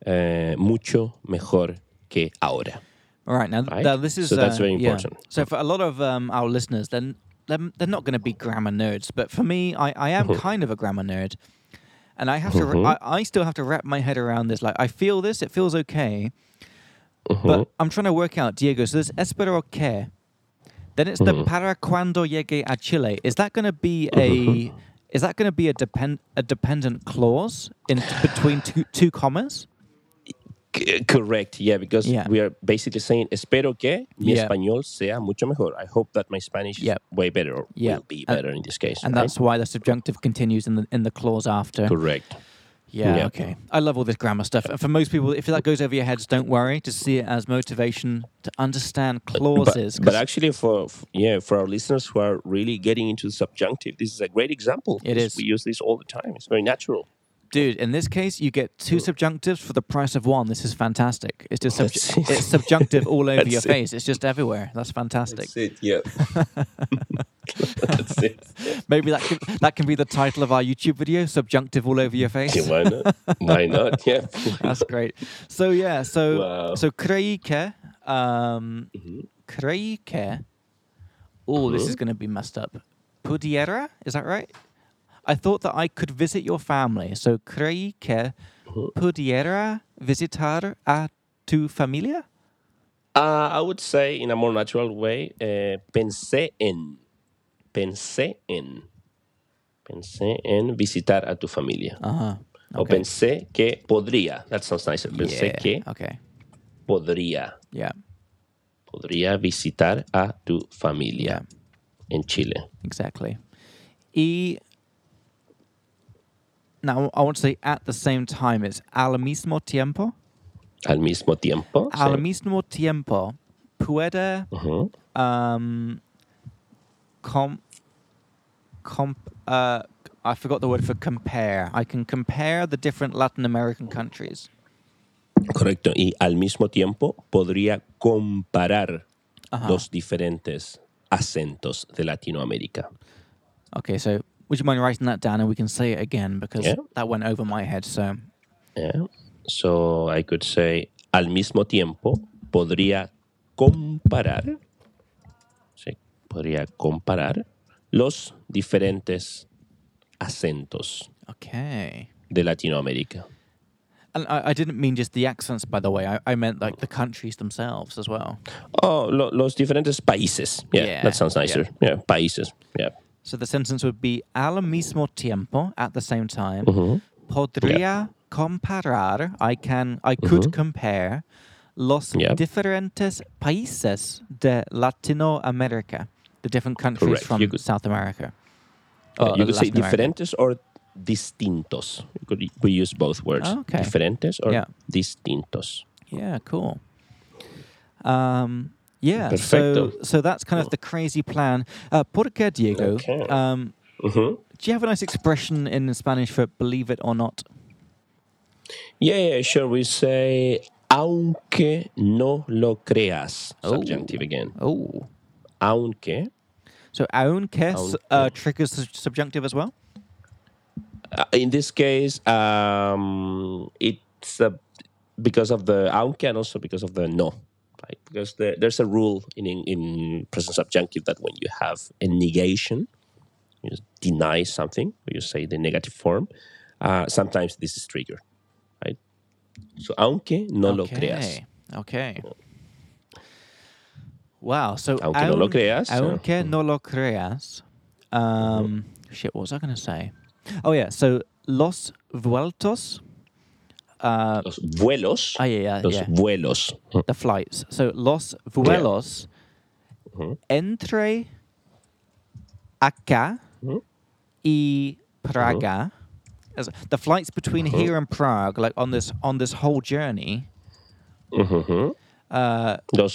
eh, mucho mejor que ahora. All right. Now, th- Right? now this is So that's uh, very yeah. important. So for a lot of um, our listeners, then they're, they're not going to be grammar nerds, but for me, I, I Mm-hmm. am kind of a grammar nerd, and I have to. wra- I, I still have to wrap my head around this. Like I feel this, it feels okay, Mm-hmm. but I'm trying to work out Diego. So there's espero Mm-hmm. Mm-hmm. que, then it's the para cuando llegue a Chile. Is that going to be a Is that going to be a depend a dependent clause in t- between two two commas? C- correct, yeah, because Yeah. we are basically saying, espero que mi Yeah. español sea mucho mejor. I hope that my Spanish is Yeah. way better or Yeah. will be And- better in this case. And right? that's why the subjunctive continues in the in the clause after. correct. Yeah, Yeah. okay. I love all this grammar stuff. And for most people, if that goes over your heads, don't worry. Just see it as motivation to understand But, clauses. 'cause but actually, for f- yeah, for our listeners who are really getting into the subjunctive, this is a great example. It because is. We use this all the time. It's very natural. Dude, in this case, you get two subjunctives for the price of one. This is fantastic. It's just That's subju- it. it's subjunctive all over your That's it. face. It's just everywhere. That's fantastic. it. Yeah. That's it. Maybe that can, that can be the title of our YouTube video: subjunctive all over your face. Yeah, why not? Why not? Yeah. That's great. So yeah, so Wow. Mm-hmm. so creike, um, creike. Oh, this is going to be messed up. Pudiera, is that right? I thought that I could visit your family. So creike Mm-hmm. pudiera visitar a tu familia. Uh, I would say in a more natural way, uh, pensé en, pensé en, pensé en visitar a tu familia. Uh huh. O pensé que podría. That sounds nicer. Pensé que Okay. podría, Yeah. podría visitar a tu familia Yeah. en Chile. Exactly. E. Now I want to say at the same time. It's al mismo tiempo. Al mismo tiempo. sí. Oh. Al mismo tiempo puede Ujú. um, com, comp, uh, I forgot the word for compare. I can compare the different Latin American countries. Correcto. Y al mismo tiempo podría comparar los diferentes acentos de Latinoamérica. Okay, so would you mind writing that down and we can say it again because Yeah. that went over my head. So Yeah. ¿eh? So I could say al mismo tiempo podría comparar, sí, podría comparar los diferentes acentos okay. de Latinoamérica. And I, I didn't mean just the accents, by the way. I, I meant like the countries themselves as well. Oh, lo- los diferentes países. Yeah, Yeah, that sounds nicer. Yeah, países. Yeah. So the sentence would be al mismo tiempo, at the same time. Ujú. Podría comparar, I can, I could compare los Mm-hmm. Yeah. diferentes países de Latinoamérica, the different countries Correct. from You could- South America. Uh, or you could say Latin America. diferentes or distintos. You could, we use both words. Ah, okay. Diferentes or Yeah. distintos. Yeah, cool. Um, yeah, so Perfecto. so that's kind of the crazy plan. Uh, porque Diego, Okay. Mm-hmm. um, Ujú. do you have a nice expression in Spanish for "believe it or not"? Yeah, yeah, sure. We say aunque no lo creas. Subjunctive again. Oh, Aunque. so aunque s- uh, Aunque. triggers the subjunctive as well. Uh, in this case, um, it's a, because of the aunque and also because of the no. Right? Because there, there's a rule in, in, in present subjunctive that when you have a negation, you deny something, you say the negative form, uh, sometimes this is triggered. Right? So, aunque no lo creas. Okay. Okay. Wow. So Aunque no lo aun- creas, uh, Aunque no lo creas. Um, shit. What was I going to say? Oh yeah. So los vueltos. Uh, Los vuelos. oh yeah, yeah, los yeah. vuelos. Mm. The flights. So los vuelos Uh-huh. entre acá Uh-huh. y Praga. As- The flights between Uh-huh. here and Prague, like on this on this whole journey. Los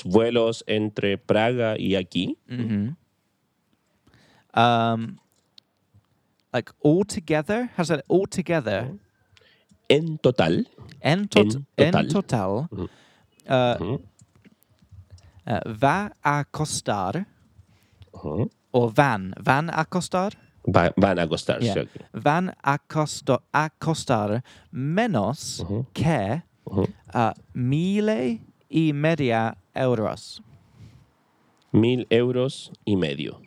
vuelos entre Praga y aquí. like all together. How's that? All Uh-huh. together. En total. En, tot, En en total. total. uh, uh, va a costar. Or van. Van a costar. va- van a costar. Yeah. sí, Van a, costo, a costar menos que uh, mile y media euros. Mil euros y medio.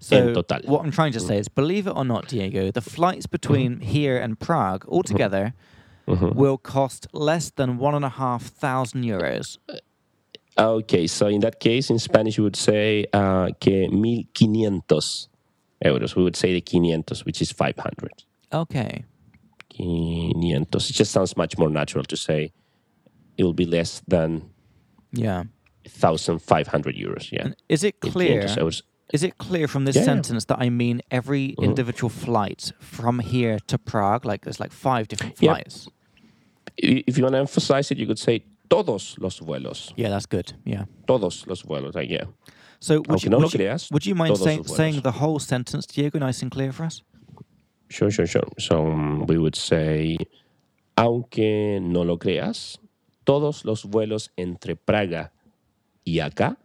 So total. what I'm trying to say is, believe it or not, Diego, the flights between here and Prague altogether will cost less than one and a half thousand euros. Ah, Okay, so in that case, in Spanish, you would say uh, que mil quinientos euros. We would say the 500, which is 500. Okay. 500. It just sounds much more natural to say it will be less than Yeah. 1,500 euros. Yeah. And is it 500 clear? euros. Is it clear from this Yeah, yeah. sentence that I mean every individual flight from here to Prague? Like there's like five different Yep. flights. I- If you want to emphasize it, you could say todos los vuelos. Yeah, that's good. Yeah. Oh, Todos los vuelos. Like, yeah. So would Aunque you, no lo would, you, creas, would you mind todos saying, los vuelos. saying the whole sentence, Diego, nice and clear for us? Sure, sure, sure. So um, we would say, aunque no lo creas, todos los vuelos entre Praga y acá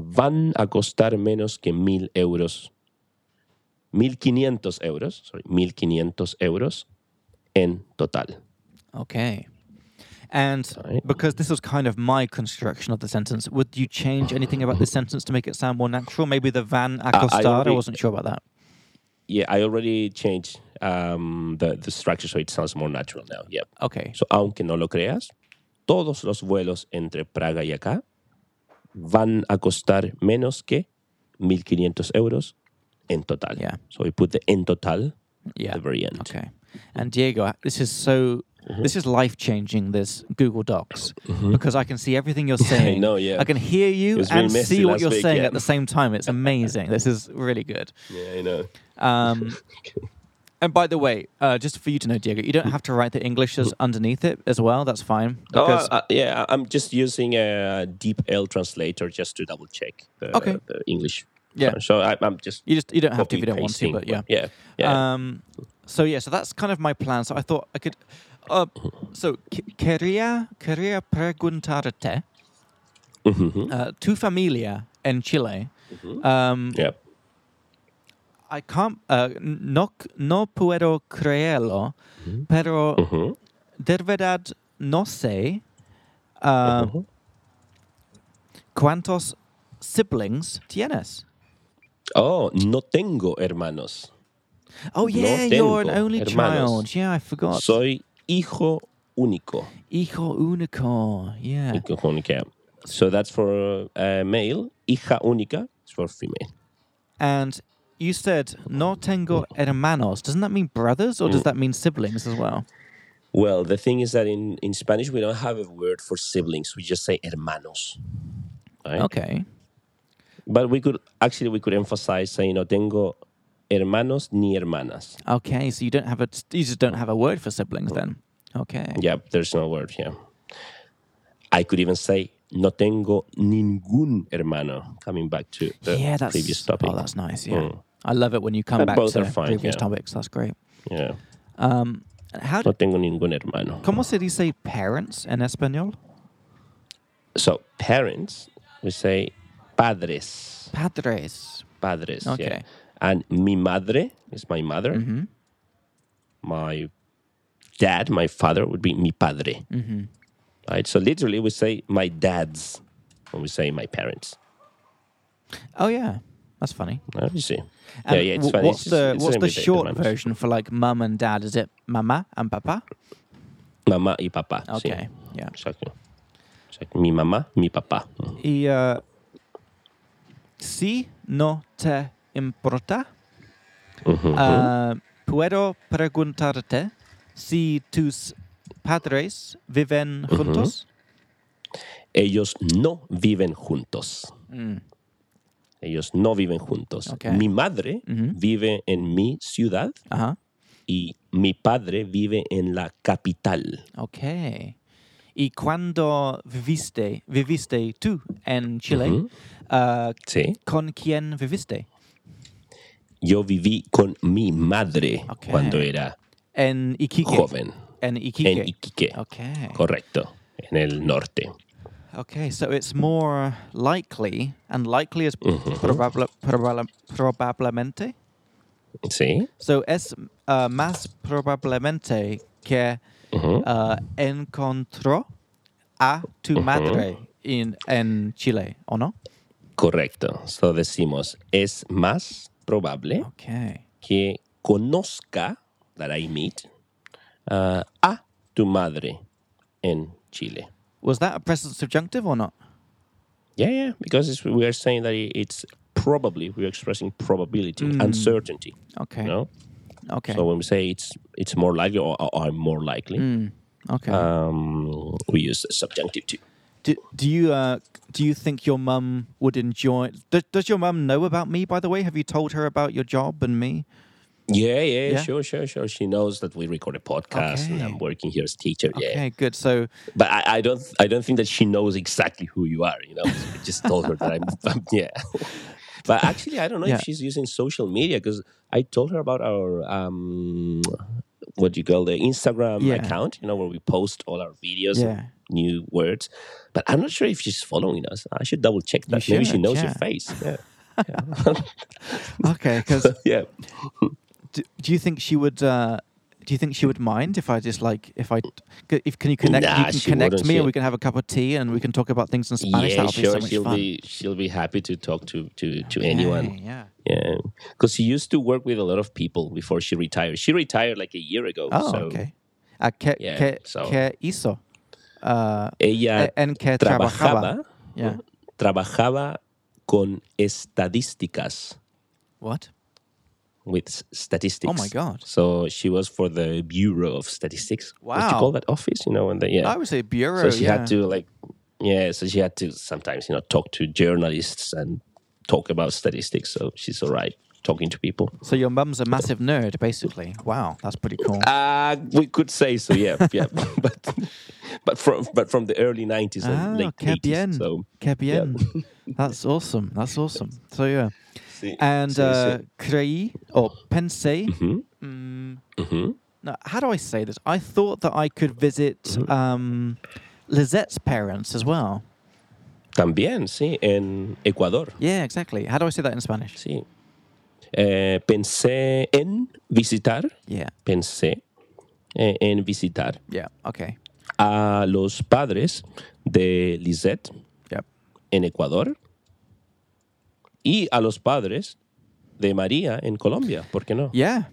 van a costar menos que mil euros. 1.500 euros, sorry, 1.500 euros en total. Okay. And Sorry. because this was kind of my construction of the sentence, would you change anything about this sentence to make it sound more natural? Maybe the van acostada. I, already- wasn't sure about that. Yeah, I already changed um, the, the structure so it sounds more natural now. Yeah. Okay. So, aunque no lo creas, todos los vuelos entre Praga y acá van a costar menos que 1.500 euros en total. Yeah. So we put the en total Yeah. at the very end. Okay. And Diego, I- this is so Mm-hmm. this is life changing. This Google Docs because I can see everything you're saying. know, yeah. I can hear you was really and messy see what last you're week, saying yeah. at the same time. It's amazing. this is really good. Yeah, I know. Um, and by the way, uh, just for you to know, Diego, you don't have to write the English as underneath it as well. That's fine. Mm-hmm. Oh, Because uh, yeah, I- I'm just using a DeepL translator just to double check the, Okay. the English. Yeah. trans- So I, I'm just you just you don't have to if copy you don't want to. pasting, But yeah. yeah, yeah. Um, so yeah, so that's kind of my plan. So I thought I could. Uh, so que- quería quería preguntarte Mhm. uh, tu familia en Chile. Mm-hmm. Um, yeah. I can't. Uh, no no puedo creerlo, pero Mhm. de verdad no sé Uh-huh. uh, Mm-hmm. cuántos siblings tienes. Oh, no tengo hermanos. Oh yeah, you're an tengo only hermanos. child. Yeah, I forgot. Soy hijo único. Hijo único. Yeah. Hijo única. So that's for uh, male. Hija única is for female. And you said no tengo hermanos. Doesn't that mean brothers Mm. or does that mean siblings as well? Well, the thing is that in, in Spanish we don't have a word for siblings. We just say hermanos. Right? Okay. But we could actually we could emphasize saying no tengo hermanos ni hermanas. Okay, so you don't have a you just don't have a word for siblings then. Okay. Yeah, there's no word. Yeah. I could even say no tengo ningún hermano. Coming back to the yeah, that's previous topic. Oh, that's nice. Yeah. Mm. I love it when you come And back both to are fine, previous yeah. topics. That's great. yeah. Um, how do, No tengo ningún hermano. ¿Cómo se dice parents in español? So parents, we say padres. Padres. padres. yeah. Okay. Mm-hmm. And mi madre is my mother. My dad, my father would be mi padre. Mm-hmm. Right. So literally, we say my dad's when we say my parents. Oh yeah, that's funny. Uh, you see. And yeah, yeah. It's wh- funny. What's It's- the it's what's same the with short hermanos. version for like mum and dad? Is it mama and papa? Mamá y papá. sí. Okay. Yeah. Exacto. Exacto. Mi mamá, mi papá. Y uh, si no te importa, uh, puedo preguntarte si tus padres viven juntos. Ellos no viven juntos. Mm. Ellos no viven juntos. Ok. Mi madre Mm-hmm. vive en mi ciudad. Ajá. y mi padre vive en la capital. Okay. ¿Y cuando viviste, viviste tú en Chile? Uh, Sí. ¿Con quién viviste? Yo viví con mi madre Ok. cuando era En Iquique. joven En Iquique. en Iquique. Okay. Correcto, en el norte. Okay, so it's more likely, and likely is probable, probable, probablemente. Sí. So es uh, más probablemente que uh, encontró a tu madre in, en Chile, ¿o no? Correcto. So decimos, es más probable Okay. que conozca, that I meet, uh, a tu madre en Chile. Was that a present subjunctive or not? Yeah, yeah, because it's, we are saying that it's probably, we're expressing probability, uncertainty. Okay. You know? Okay. So when we say it's it's more likely or, or I'm more likely, Hmm. okay. um, we use the subjunctive too. do, do you uh, do you think your mum would enjoy? Does, does your mum know about me? By the way, have you told her about your job and me? Yeah, yeah, Yeah? sure, sure, sure. She knows that we record a podcast and Okay. I'm working here as teacher. Yeah, Okay, good. So but I, I don't, I don't think that she knows exactly who you are. You know, I just told her that I'm, I'm- yeah. but actually, I don't know Yeah. if she's using social media because I told her about our um, what do you call the Instagram Yeah. account. You know, where we post all our videos Yeah. and new words. But I'm not sure if she's following us. I should double check that. Maybe she should, knows yeah. your face. Yeah, okay, because yeah. do, do you think she would? Uh, do you think she would mind if I just like if I c- if can you connect Nah, you can she connect wouldn't, me she- and we can have a cup of tea and we can talk about things in Spanish. yeah, That'll sure. be so much she'll fun. be she'll be happy to talk to to to anyone. Okay, yeah. Yeah, because she used to work with a lot of people before she retired. She retired like a year ago. Oh, so okay. Uh, que, Yeah, que, so- que hizo? Uh, Ella en que trabajaba. trabajaba, Yeah. trabajaba con estadísticas, What? with s- statistics. Oh my God. So she was for the Bureau of Statistics. What do Wow. you call that office? You know, when they yeah. I would say bureau. so she yeah. had to like yeah. So she had to sometimes you know talk to journalists and talk about statistics. So she's all right talking to people. So your mum's a massive nerd, basically. Wow, that's pretty cool. Uh, we could say so, yeah, yeah. but but from but from the early nineties Ah, and late qué bien, eighties. So qué bien. that's awesome. That's awesome. So yeah, Sí, and sí, sí. uh, creí or pensé. mm, No, how do I say this? I thought that I could visit Mm-hmm. um, Lizette's parents as well. también, sí, en Ecuador, Yeah, exactly. How do I say that in Spanish? sí. Eh, pensé en visitar, Yeah, pensé eh, en visitar yeah. Okay. a los padres de Lisette Yep. en Ecuador y a los padres de María en Colombia, ¿por qué no? Yeah.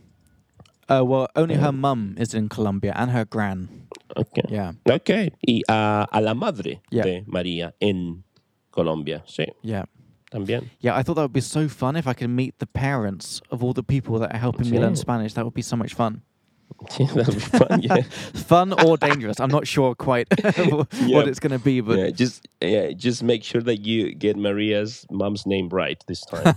Uh, well, only her mum is in Colombia and her gran. Okay. Yeah. Ok. Y a, a la madre Yeah. de María en Colombia. Sí, Yeah. también. Yeah, I thought that would be so fun if I could meet the parents of all the people that are helping me learn Yeah. Spanish. That would be so much fun. Sí, that'll be fun, yeah. Fun or dangerous? I'm not sure quite what Yep. it's going to be, but Yeah, just yeah, just make sure that you get Maria's mom's name right this time.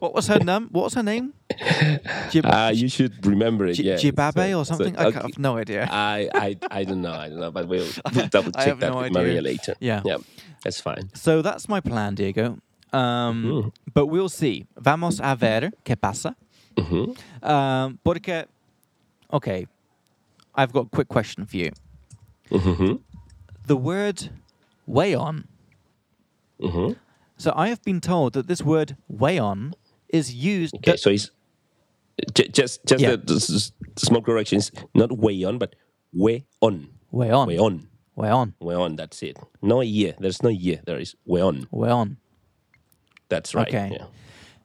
what was her num? What was her name? Jib- uh, you should remember it. J- yeah. Jibabe So- or so, something? I, okay. ca- I've no idea. I, I I don't know. I don't know. But we'll, we'll double I check have that no with idea. Maria later. Yeah. Yeah. That's fine. So that's my plan, Diego. Um, Mm-hmm. But we'll see. Vamos a ver qué pasa. Mm-hmm. Um, porque, okay, I've got a quick question for you. Mm-hmm. The word weigh on. Mm-hmm. So I have been told that this word weigh on is used. Okay. so it's j- just just Yeah. a s- s- small correction. It's not way on, but way on. Weigh on. Way on. Weigh on. Weon, that's it. No ye, there's no ye, there is weon. Weigh on. That's right. Okay. yeah.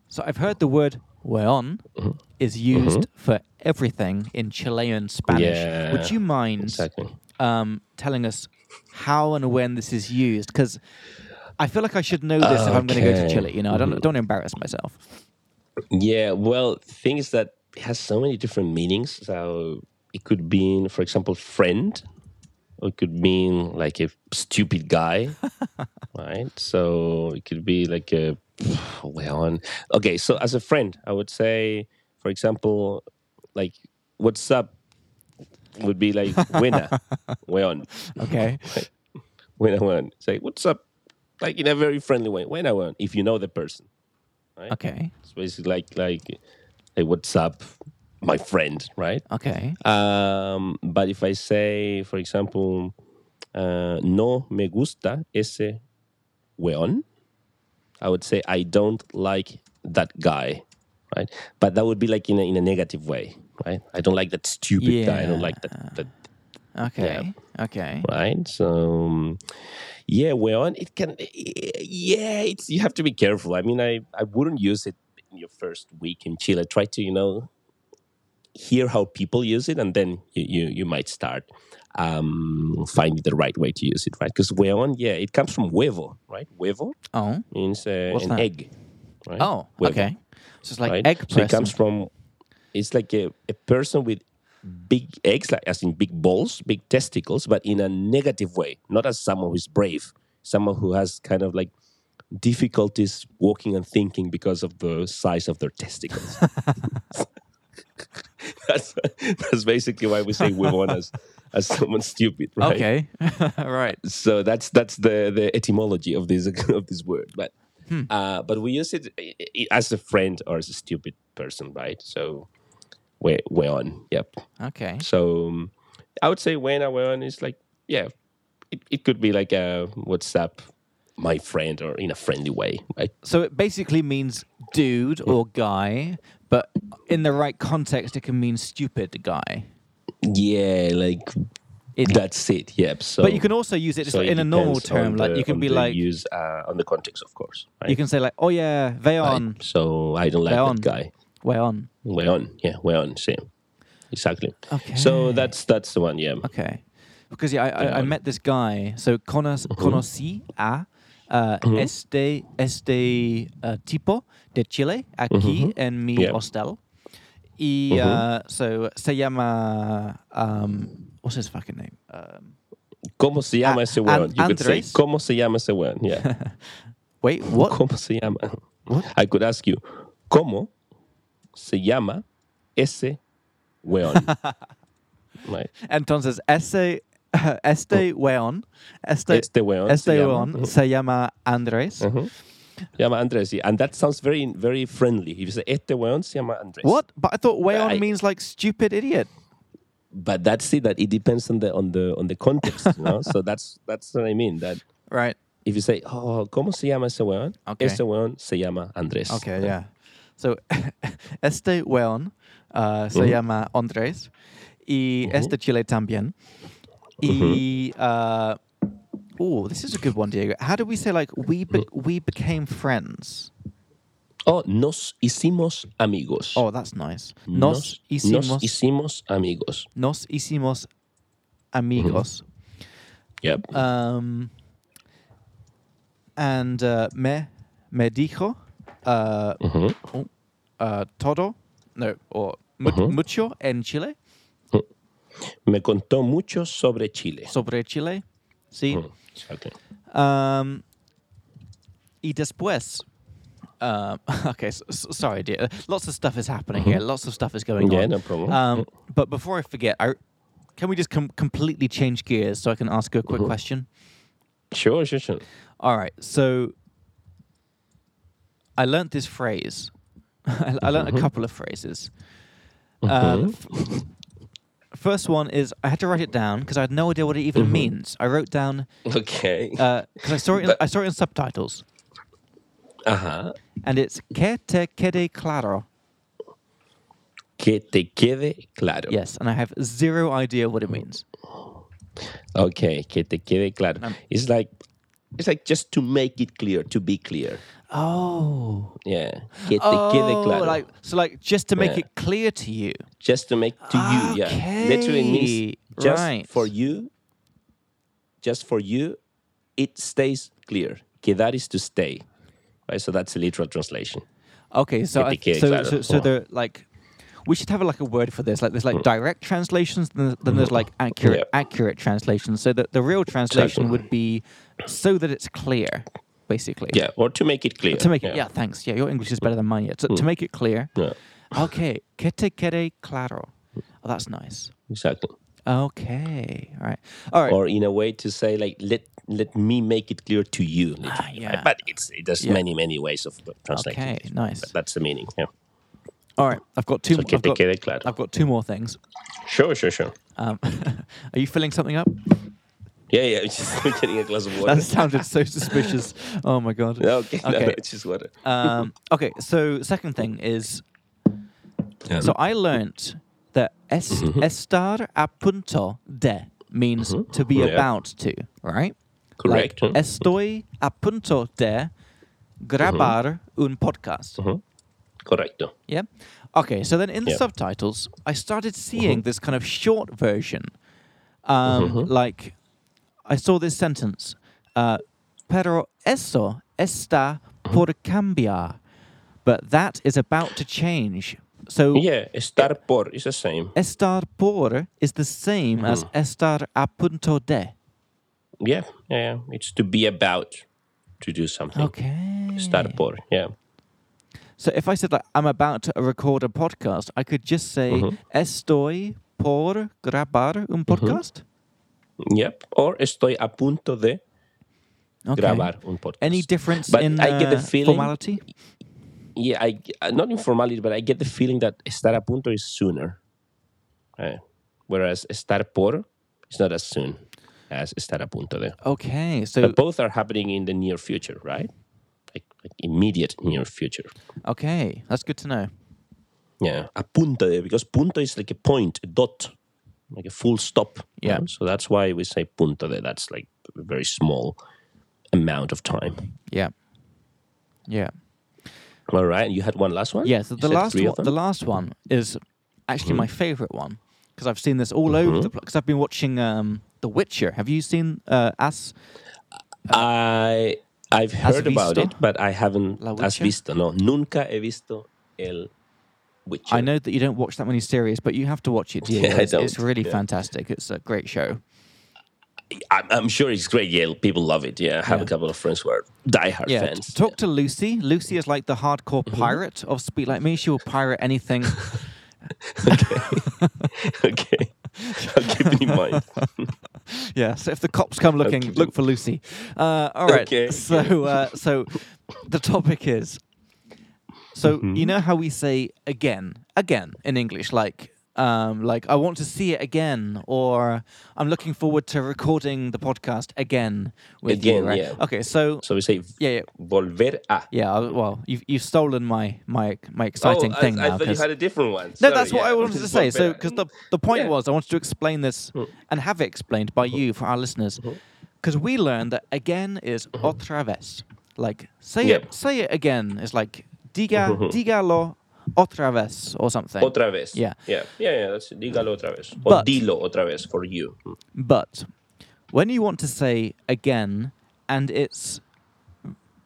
So I've heard the word weon Mm-hmm. is used for everything in Chilean Spanish. Would Yeah, you mind Exactly. um, telling us how and when this is used? Because I feel like I should know this if I'm going to go to Okay. Mm-hmm. Chile. You know, I don't don't embarrass myself. Yeah, well, things that has so many different meanings. So it could mean, for example, friend, or it could mean like a stupid guy, right? So it could be like a weon. Okay, so as a friend, I would say, for example, like, what's up would be like winner, weon. Okay. when I want. Say, what's up? Like in a very friendly way. When I want, if you know the person. okay. It's basically like like hey, what's up, my friend, right? Okay. Um, but if I say, for example, uh, no me gusta ese weón, I would say I don't like that guy, right? But that would be like in a, in a negative way, right? I don't like that stupid guy. I don't like that, that Okay. Okay. right? So um, yeah, well, and it can eh, yeah, it's you have to be careful. I mean, I I wouldn't use it in your first week in Chile. Try to you know hear how people use it, and then you you, you might start um, finding the right way to use it, right? Because huevón, yeah, it comes from huevo, right? Huevo Oh. means uh, What's an that? egg. Right? Oh, Huevo, okay. So it's like right? egg person. So it comes from. It's like a, a person with big eggs, like as in big balls, big testicles, but in a negative way. Not as someone who's brave, someone who has kind of like difficulties walking and thinking because of the size of their testicles. that's, that's basically why we say we want as as someone stupid, right? Okay. right. so that's that's the the etymology of this of this word but Hmm. uh but we use it i- i- as a friend or as a stupid person right so we're, we're on yep Okay. so um, i would say when i we're on is like yeah it, it could be like a whatsapp my friend or in a friendly way right So it basically means dude or guy, but in the right context, it can mean stupid guy. yeah like It- that's it yep so But you can also use it just so it in a normal depends on term. Like the- you can on be the like, use uh, on the context of course right you can say like, oh yeah, they on, Right. so i don't like We're on. that guy we on. We're on, yeah, we're on, same, exactly. Okay. So that's that's the one, yeah. Okay. Because yeah, I, I, I met this guy. So conas, Mm-hmm. conocí a uh, este este uh, tipo de Chile aquí en mi Mm-hmm. Yeah. Mm-hmm. hostel. Y uh, so se llama um, what's his fucking name? Um, ¿Cómo se llama Ah, ese weón? An- You could say, Andrés. ¿cómo se llama ese weón? Yeah. wait, what? ¿Cómo se llama? I could ask you, ¿cómo se llama ese weón? right. Entonces ese este weón este Este weón. este se llama- mm-hmm. weón se llama Andrés. Ujú. Se llama Andrés, yeah. And that sounds very, very friendly. If you say, este weón se llama Andrés. What? But I thought weón I- means like stupid idiot. But that's it. That it depends on the on the on the context, you know. so that's that's what I mean. That Right. if you say, oh, ¿cómo se llama ese weón? Okay. Ese weón se llama Andrés. Okay, yeah. So este weón uh, se llama Andrés y este chile también. Y uh, oh, this is a good one, Diego. How do we say like we be- we became friends? Oh, nos hicimos amigos. Oh, that's nice. Nos, nos hicimos hicimos amigos. nos hicimos amigos. Yep. Um, and uh, me me dijo uh, Mhm. oh, uh, todo no or mu- mucho en Chile. Me contó mucho sobre Chile. sobre Chile. Sí. Mm, exactly. Um, y después. Um, okay, s s- sorry, dear. Lots of stuff is happening here. Lots of stuff is going Yeah, on. no problem. Um, but before I forget, I, can we just com- completely change gears so I can ask you a quick question? Sure, sure, sure. All right. So I learnt this phrase. I, I learnt a couple of phrases. Uh, the f- first one is I had to write it down because I had no idea what it even means. I wrote down Okay. because Uh, I saw it. In, I saw it in subtitles, Ajá. and it's que te quede claro. Que te quede claro. Yes, and I have zero idea what it means. Okay. Que te quede claro. Um, It's like it's like just to make it clear, to be clear. Oh, Yeah. Que te oh, quede claro. like so, like just to make Yeah. it clear to you. just to make to you yeah literally it means Okay, just right. for you just for you it stays clear que that is to stay right so that's a literal translation Okay, so Que I, te quede so, claro. so so Yeah. the like. We should have like a word for this. Like there's like direct translations, then, then there's like accurate Mm. Mm-hmm. Yeah. accurate translations. So that the real translation Exactly. would be so that it's clear, basically. yeah or to make it clear To make it, yeah, thanks. Yeah, your English is better than mine yet. So to make it clear, yeah Okay, que te quede claro. Oh, that's nice. exactly Okay, all right, all right. or in a way to say like let let me make it clear to you literally, right? Ah, yeah. but it's it there's Yeah. many many ways of translating Okay, it. nice. but that's the meaning yeah all right. I've got two. so mo- que I've, te got, quede claro I've got two more things. sure sure sure Um, are you filling something up? yeah yeah just getting a glass of water That sounded so suspicious. Oh my god. okay, No, no, Okay. it's just water Um, okay. So second thing is, Yeah. Mm-hmm. so I learnt that es, estar a punto de means to be Yeah. about to, right? Correct, Like, yeah. estoy a Mm-hmm. punto de grabar un podcast. correcto Yeah. Okay, so then in the Yeah. Mm-hmm. subtitles, I started seeing this kind of short version. Um, Mhm. Like, I saw this sentence, uh, pero eso está Mm-hmm. por cambiar. But that is about to change. So, Yeah, estar por is the same. estar por is the same as Mm-hmm. estar a punto de. Yeah, yeah, yeah. It's to be about to do something. Okay. Estar por, yeah. So if I said like I'm about to record a podcast, I could just say Mm-hmm. estoy por grabar un podcast. Yep. Or estoy a punto de Okay. grabar un podcast. Any difference But in I get the uh, feeling- formality? yeah, I g- uh, not informality, but I get the feeling that estar a punto is sooner, right? Whereas estar por is not as soon as estar a punto de. Okay, so But both are happening in the near future, right? Like, like immediate near future. okay, that's good to know. Yeah, a punto de because punto is like a point, a dot, like a full stop. Yeah. right? So that's why we say punto de. That's like a very small amount of time. Yeah, yeah, All right. And you had one last one. yeah. So You the said last three one, of the them? Mm-hmm. last one is actually my favorite one because I've seen this all over the place. Because I've been watching um, The Witcher. Have you seen uh, As? I I've ¿Has heard about visto it, but I haven't. La Has Witcher? visto? No, nunca he visto el Witcher. I know that you don't watch that many series, but you have to watch it. Diego. Yeah, I it's, it's don't, really yeah. fantastic. It's a great show. I'm, I'm sure it's great. Yeah, people love it. Yeah, I have a couple of friends who are diehard Yeah, t- fans. Mm-hmm. talk to Lucy. Lucy is like the hardcore pirate of Speak Like Me. She will pirate anything. okay, I'll keep it in mind. yeah, so if the cops come looking, Okay. look for Lucy. Uh, all right. Okay. So, uh, so the topic is. So Mm-hmm. you know how we say again, again in English, like um, like I want to see it again, or I'm looking forward to recording the podcast again with you. Again, Right? yeah. Okay. So So we say yeah, yeah, volver a. yeah. I- Well, you've you've stolen my my my exciting oh, thing now. I, I thought you 'cause- had a different one. No, Sorry, that's what yeah. uh, I wanted to say. So, Volver a. because the, the point Yeah. Uh-huh. was, I wanted to explain this and have it explained by you for our listeners. Because we learned that again is otra vez. Like, say Uh-huh. Yep. Uh-huh. it say it again. It's like, diga, dígalo otra vez or something. otra vez. Yeah. yeah, yeah, yeah. That's dígalo otra vez. Or But- dilo otra vez for you. Mm-hmm. But when you want to say again and it's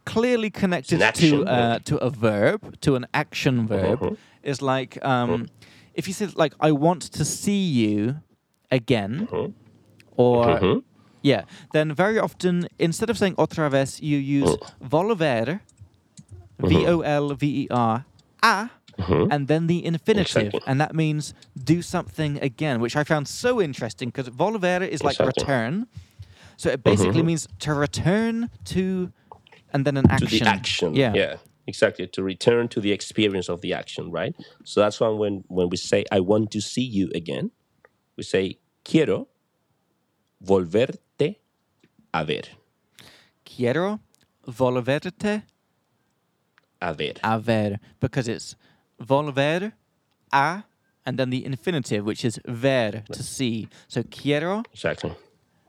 clearly connected It's an to action uh, verb. to a verb, to an action verb, Mhm. it's like Uh-huh. um, if you said like I want to see you Uh-huh. again or Mhm. yeah, then very often instead of saying otra vez you use Oh. volver Mhm. V O L V E R a Mm-hmm. and then the infinitive, Hmm? Exactly. and that means do something again, which I found so interesting because volver is like Exactly. Mm-hmm. return, so it basically means to return to, and then an To action. the action. Yeah. yeah, exactly. To return to the experience of the action, right? So that's why when when we say I want to see you again, we say quiero volverte a ver. Quiero volverte A ver. a ver because it's volver a and then the infinitive, which is ver to see. So quiero Exactly.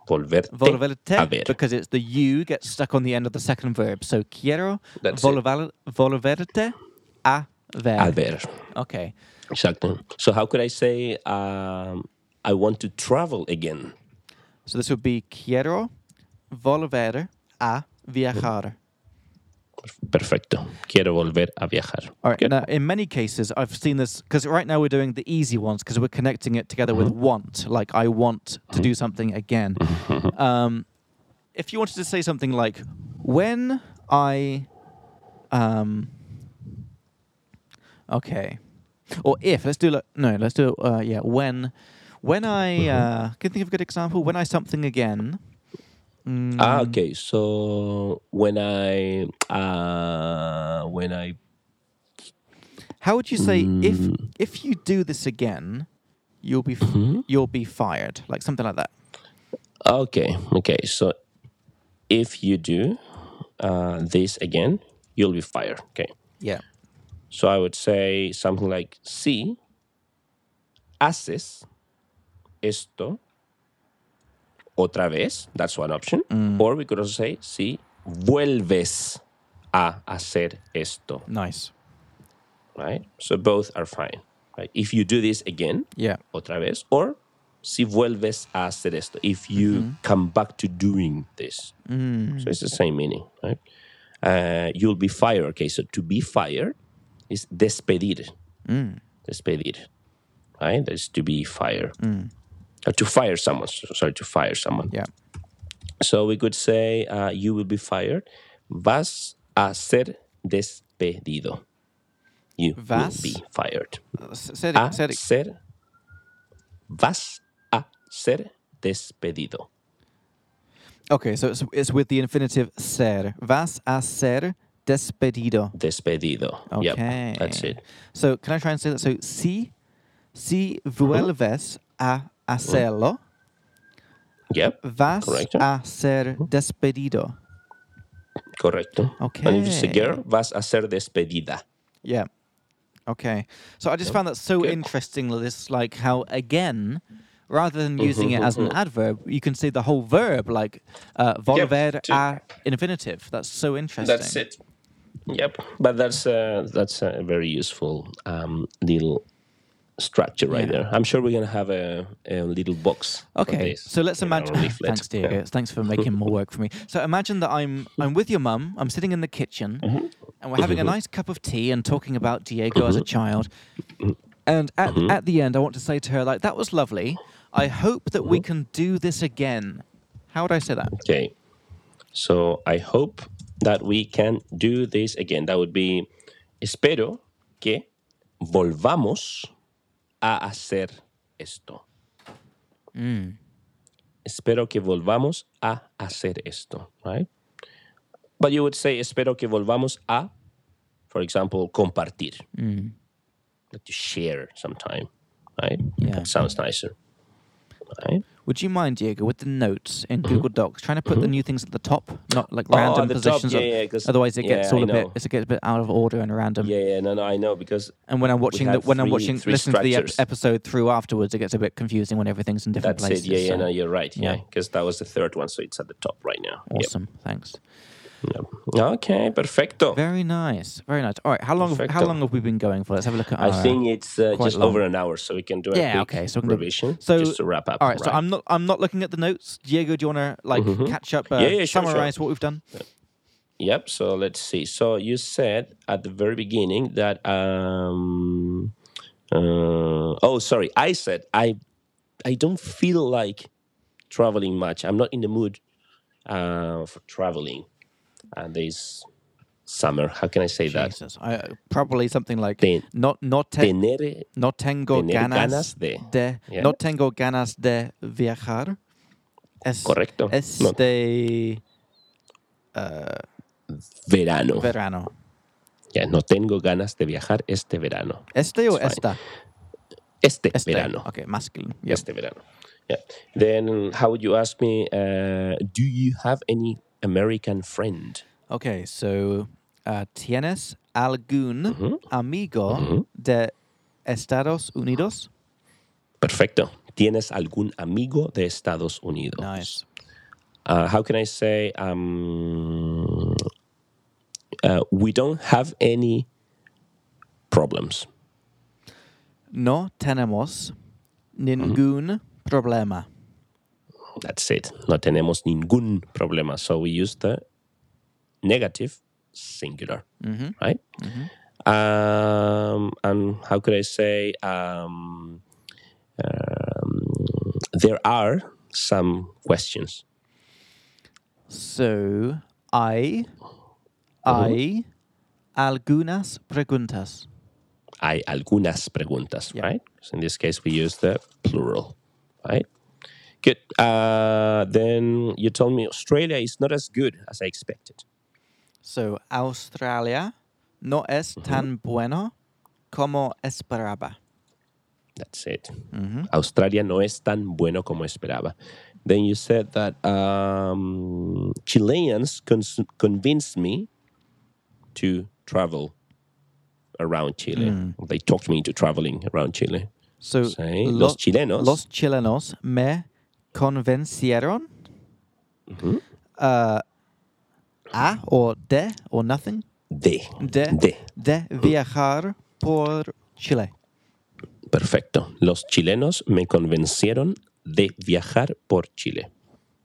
Volverte, volverte a ver. because it's the u gets stuck on the end of the second verb. So quiero That's it. volval- volverte a ver. A ver. Okay. Exactly. So how could I say um, I want to travel again? So this would be quiero volver a Mm-hmm. viajar. Perfecto. Quiero volver a viajar. All right. Good. Now, in many cases, I've seen this because right now we're doing the easy ones because we're connecting it together Mm-hmm. with want, like I want to do something again. um, if you wanted to say something like, when I, um, okay, or if let's do like no, let's do uh, yeah when, when I uh, can you think of a good example when I something again. Mm, Ah, okay. So when I uh, when I how would you say if if you do this again, you'll be f- you'll be fired, like something like that. okay okay so if you do uh, this again, you'll be fired. Okay. Yeah. So I would say something like si haces esto otra vez. That's one option. Or we could also say si vuelves a hacer esto Nice. right? So both are fine. Right? If you do this again, Yeah. otra vez, or si vuelves a hacer esto, if you come back to doing this. Mm. So it's the same meaning, right? Uh, you'll be fired. Okay, so to be fired is despedir. Mm. Despedir, right? That's to be fired. Uh, to fire someone, so- sorry, to fire someone. Mm. Yeah. So we could say uh, you will be fired. Vas a ser despedido. You Vas? will be fired. Uh, s- Said A it. Said it. ser. Vas a ser despedido. Okay, so it's, it's with the infinitive ser. Vas a ser despedido. Despedido. Okay. Yep, that's it. So can I try and say that? So si si vuelves a hacerlo, Yep. vas Correcto. Mm-hmm. a ser despedido. Correcto. And if it's a Okay. girl, vas a ser despedida. Yeah. Okay. So I just found that so Good. interesting that this like how again rather than using it Mm-hmm, as an adverb, you can say the whole verb like uh, volver to- a infinitive. That's so interesting. That's it. Yep. But that's uh, that's a very useful um, little structure right Yeah. there. I'm sure we're gonna have a, a little box. for Okay, this so let's in our imagine. leaflet. Thanks, Diego. Thanks for making more work for me. So imagine that I'm I'm with your mum. I'm sitting in the kitchen, Mm-hmm. and we're having a nice cup of tea and talking about Diego as a child. Mm-hmm. And at at the end, I want to say to her like, "That was lovely. I hope that Mm-hmm. we can do this again." How would I say that? Okay. So I hope that we can do this again. That would be espero que volvamos a hacer esto. Mm. Espero que volvamos a hacer esto, right? But you would say espero que volvamos a, for example, compartir. Mm. That you share sometime, right? Yeah. That sounds nicer. Right? Would you mind, Diego, with the notes in Google Docs, trying to put the new things at the top, not like Mm-hmm. Oh, random at the top, positions? yeah, or- yeah, 'cause- otherwise, it gets yeah, all I a bit know. it gets a bit out of order and random. Yeah, yeah, no, no, I know because And when I'm watching, the, have when i I'm three- watching, three listening to the ep- structures. episode through afterwards, it gets a bit confusing when everything's in different That's places. it. Yeah, yeah, so- no, you're right. Yeah, yeah. because that was the third one, so it's at the top right now. Yep, Awesome, thanks. yep. Okay, perfecto. Very nice, very nice. All right, how long? Have, how Perfecto. long have we been going for? Let's have a look at. I our- think it's uh, quite just long. over an hour, so we can do a Yeah, quick okay, so we can do- revision so- just to wrap up. All right, so I'm not. I'm not looking at the notes. Diego, do you want to like catch up? Uh, Mm-hmm. Yeah, yeah, sure, sure. summarize what we've done. Yep. So let's see. So you said at the very beginning that um uh, oh sorry, I said I I don't feel like traveling much. I'm not in the mood uh for traveling uh, this summer. How can I say that? Jesus, I, uh, probably something like Ten- not not te- Tener no tengo tener ganas ganas de. de Yeah. no tengo ganas de viajar. Es, Correcto. No. Este verano. verano. Ya, no tengo ganas de viajar este verano. Este o It's fine. esta. Este, Este. verano. Okay, masculine. Yep. Este verano. Yeah. Then how would you ask me, uh, do you have any American friend? Okay, so uh, ¿tienes algún amigo de Estados Unidos? Perfecto. ¿Tienes algún amigo de Estados Unidos? Nice. Uh, how can I say, um, uh, we don't have any problems. No tenemos ningún problema. That's it. No tenemos ningún problema. So we use the negative singular, right? Um, and how could I say? Um, um, there are some questions. So, hay, hay algunas preguntas. Hay algunas preguntas, Yeah. right? So in this case, we use the plural, right? Good. Uh, then you told me Australia is not as good as I expected. So, Australia no es tan bueno como esperaba. That's it. Australia no es tan bueno como esperaba. Then you said that um, Chileans cons- convinced me to travel around Chile. They talked me into traveling around Chile. So, Sí, los chilenos. Los chilenos me convencieron uh, a or de or nothing De. de De. de viajar por Chile. Perfecto. Los chilenos me convencieron de viajar por Chile.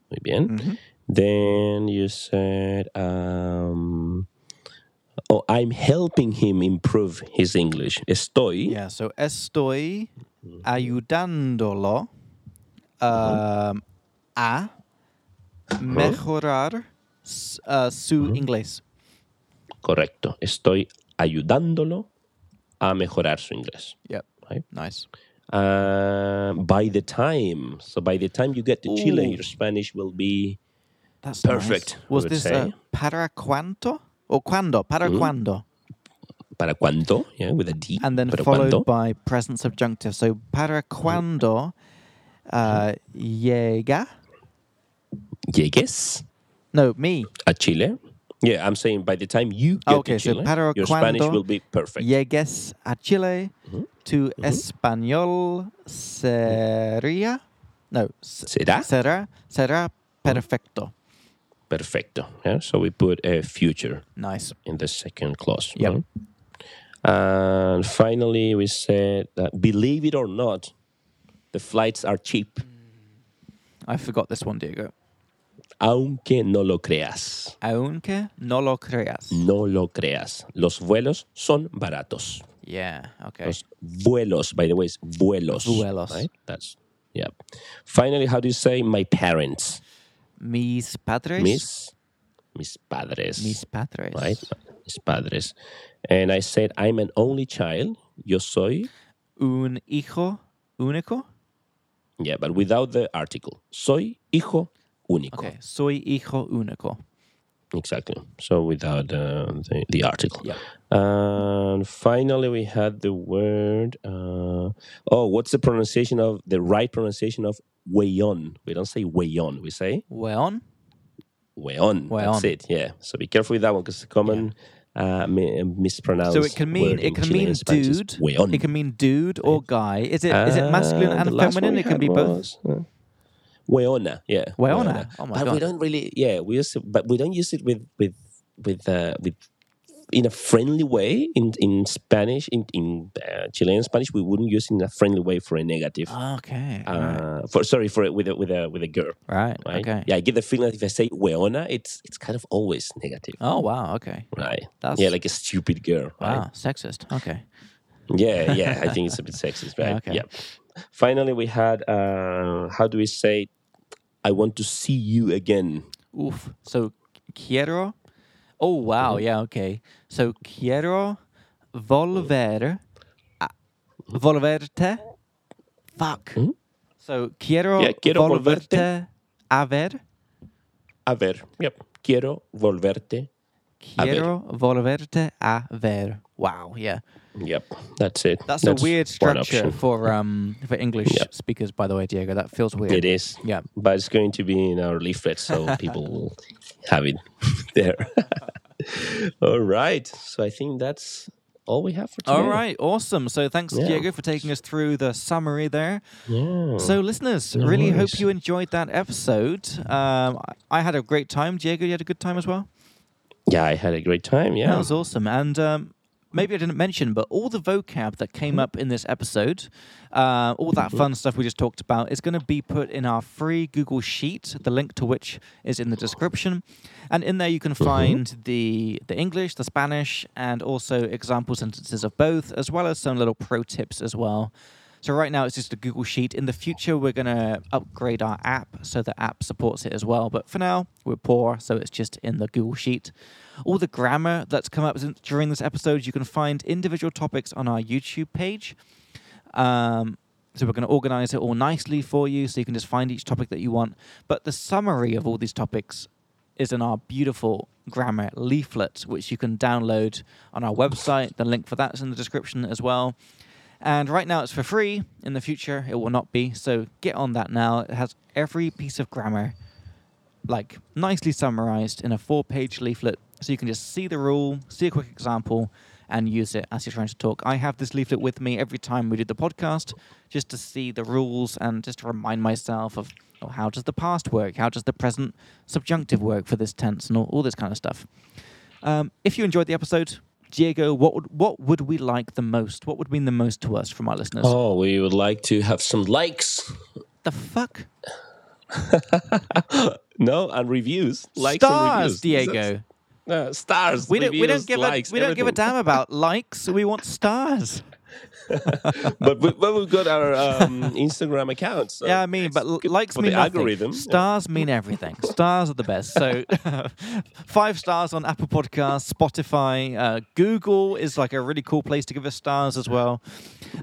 Muy bien. Mhm. Then you said, um, oh, I'm helping him improve his English. Estoy. Yeah, so estoy Mm. ayudándolo um, a mejorar s- uh, su inglés. Correcto. Estoy ayudándolo a mejorar su inglés. Yep. Right. Nice. Uh, by the time, so by the time you get to Chile, Ooh. your Spanish will be That's Perfect, nice. we Was would this say. Mm-hmm. uh, para cuánto or cuando? Para cuando, para cuánto, yeah, with a D. and then para followed cuándo. by present subjunctive. So para cuando uh, llega? llegues No, me a Chile. Yeah, I'm saying by the time you get Okay, to so Chile, para your Spanish cuándo will be perfect. llegues a Chile. To español sería no s- ¿Será? será será perfecto. Perfecto. Yeah, so we put a future. Nice. in the second clause. Yep. right? And finally, we said that believe it or not, the flights are cheap, I forgot this one, Diego. aunque no lo creas. Aunque no lo creas. No lo creas. Los vuelos son baratos. Yeah. Okay. Los vuelos, by the way, is vuelos. Vuelos. Right? That's yeah. Finally, how do you say my parents? Mis padres. Mis mis padres. Mis padres. right? Mis padres. And I said I'm an only child. Yo soy Un hijo único. Yeah, but without the article. Soy hijo único. Okay. Soy hijo único. Exactly. So without uh, the, the article. Yeah. And finally, we had the word. Uh, oh, what's the pronunciation of the right pronunciation of weón? We don't say weón. We say Weón. weón. That's Weón. it. Yeah. So be careful with that one because it's a common uh, mi- mispronounced. So it can mean word in it can Chilean mean Spanish is dude. Weón. It can mean dude or guy. Is it is it masculine Ah, and the last one feminine? we It can had be both. was, uh, Weona, yeah. Weona. Oh my but God. we don't really, yeah, we use, it, but we don't use it with with with uh, with in a friendly way in in Spanish in in uh, Chilean Spanish. We wouldn't use it in a friendly way for a negative. Ah, Okay. Uh, For sorry for it with a with a with a girl. right. Right? Okay. Yeah, I get the feeling that if I say weona, it's it's kind of always negative. Oh wow. Okay. Right. That's- yeah, like a stupid girl. Right? Wow. Sexist. Okay. Yeah, yeah, I think it's a bit sexist, right? Okay. Yeah. Finally, we had uh, how do we say? I want to see you again. Oof. So quiero. Oh wow. Mm-hmm. Yeah. Okay. So quiero volver. A, volverte. Fuck. So quiero, Hmm? Yeah, quiero volverte, volverte. a ver. A ver. Yep. Quiero volverte. A ver. Quiero volverte a ver. Wow. Yeah. Yep. That's it. That's, a weird one structure option. for um for English Yeah. speakers, by the way, Diego. That feels weird. It is. Yeah. But it's going to be in our leaflet, so people will have it there. All right. So I think that's all we have for today. All right, awesome. So thanks, Yeah. Diego, for taking us through the summary there. Yeah. So, listeners, really hope worries. you enjoyed that episode. Um, I- I had a great time. Diego, you had a good time as well? Yeah, I had a great time. That Yeah. was awesome. And um, maybe I didn't mention, but all the vocab that came up in this episode, uh, all that fun stuff we just talked about, is going to be put in our free Google Sheet, the link to which is in the description. And in there, you can find the, the English, the Spanish, and also example sentences of both, as well as some little pro tips as well. So right now it's just a Google Sheet. In the future, we're going to upgrade our app so the app supports it as well. But for now, we're poor, so it's just in the Google Sheet. All the grammar that's come up since- during this episode, you can find individual topics on our YouTube page. Um, so we're going to organize it all nicely for you, so you can just find each topic that you want. But the summary of all these topics is in our beautiful grammar leaflet, which you can download on our website. The link for that's in the description as well. And right now it's for free. In the future, it will not be. So get on that now. It has every piece of grammar, like nicely summarized in a four page leaflet. So you can just see the rule, see a quick example, and use it as you're trying to talk. I have this leaflet with me every time we do the podcast just to see the rules and just to remind myself of oh, how does the past work? How does the present subjunctive work for this tense and all, all this kind of stuff? Um, if you enjoyed the episode, Diego, what would, what would we like the most? What would mean the most to us from our listeners? Oh, we would like to have some likes. The fuck? No, and reviews. Likes and Stars, reviews. Diego. Uh, stars. We don't, we don't reviews, give likes, a we don't give a everything. damn about likes. We want stars. but, we, but we've got our um, Instagram accounts. so yeah, I mean, it's but l- good likes for mean the nothing. algorithm. yeah. Stars mean everything. stars are the best. So, five stars on Apple Podcasts, Spotify, uh, Google is like a really cool place to give us stars as well.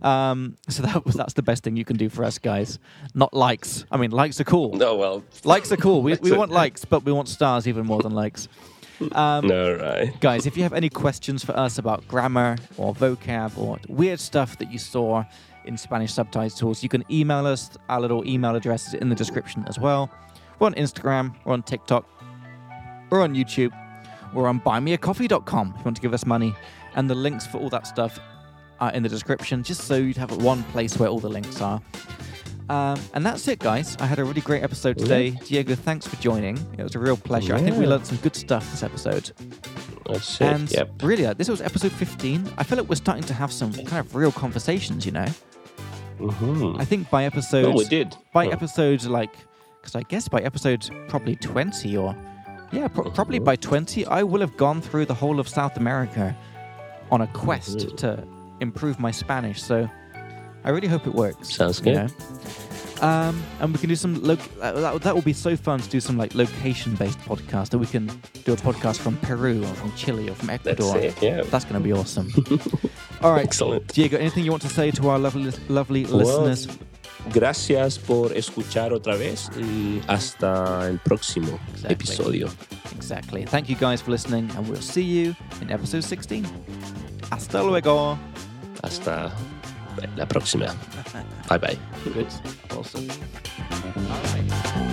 Um, so that was that's the best thing you can do for us guys. Not likes. I mean, likes are cool. No, Oh, well, Likes are cool. We, we it. want likes, but we want stars even more than likes. Um, all right. Guys, if you have any questions for us about grammar or vocab or weird stuff that you saw in Spanish subtitles, you can email us. Our little email address is in the description as well. We're on Instagram, we're on TikTok, we're on YouTube, we're on buymeacoffee.com if you want to give us money. And the links for all that stuff are in the description, just so you'd have one place where all the links are. Um, and that's it, guys. I had a really great episode today. Diego, thanks for joining. It was a real pleasure. I think we Yeah. learned some good stuff this episode. That's it. And yep. really, like, this was episode 15. I feel like we're starting to have some kind of real conversations, you know? Mm-hmm. I think by episode, Oh, we did. by Oh. episode, like, because I guess by episode probably 20 or, yeah, Mm-hmm. pro- probably by 20, I will have gone through the whole of South America on a quest Mm-hmm. to improve my Spanish. So I really hope it works. Sounds you good. know? Um, and we can do some loc- uh, that, that will be so fun to do some like location based podcast that we can do a podcast from Peru or from Chile or from That's Ecuador. it. Yeah. That's going to be awesome. All right, Excellent. Diego, anything you want to say to our lovely, lovely Well, listeners? Gracias por escuchar otra vez y hasta el próximo Exactly. episodio. Exactly. Thank you guys for listening, and we'll see you in episode 16. Hasta luego. Hasta la próxima. Bye bye. Good. Awesome. All right.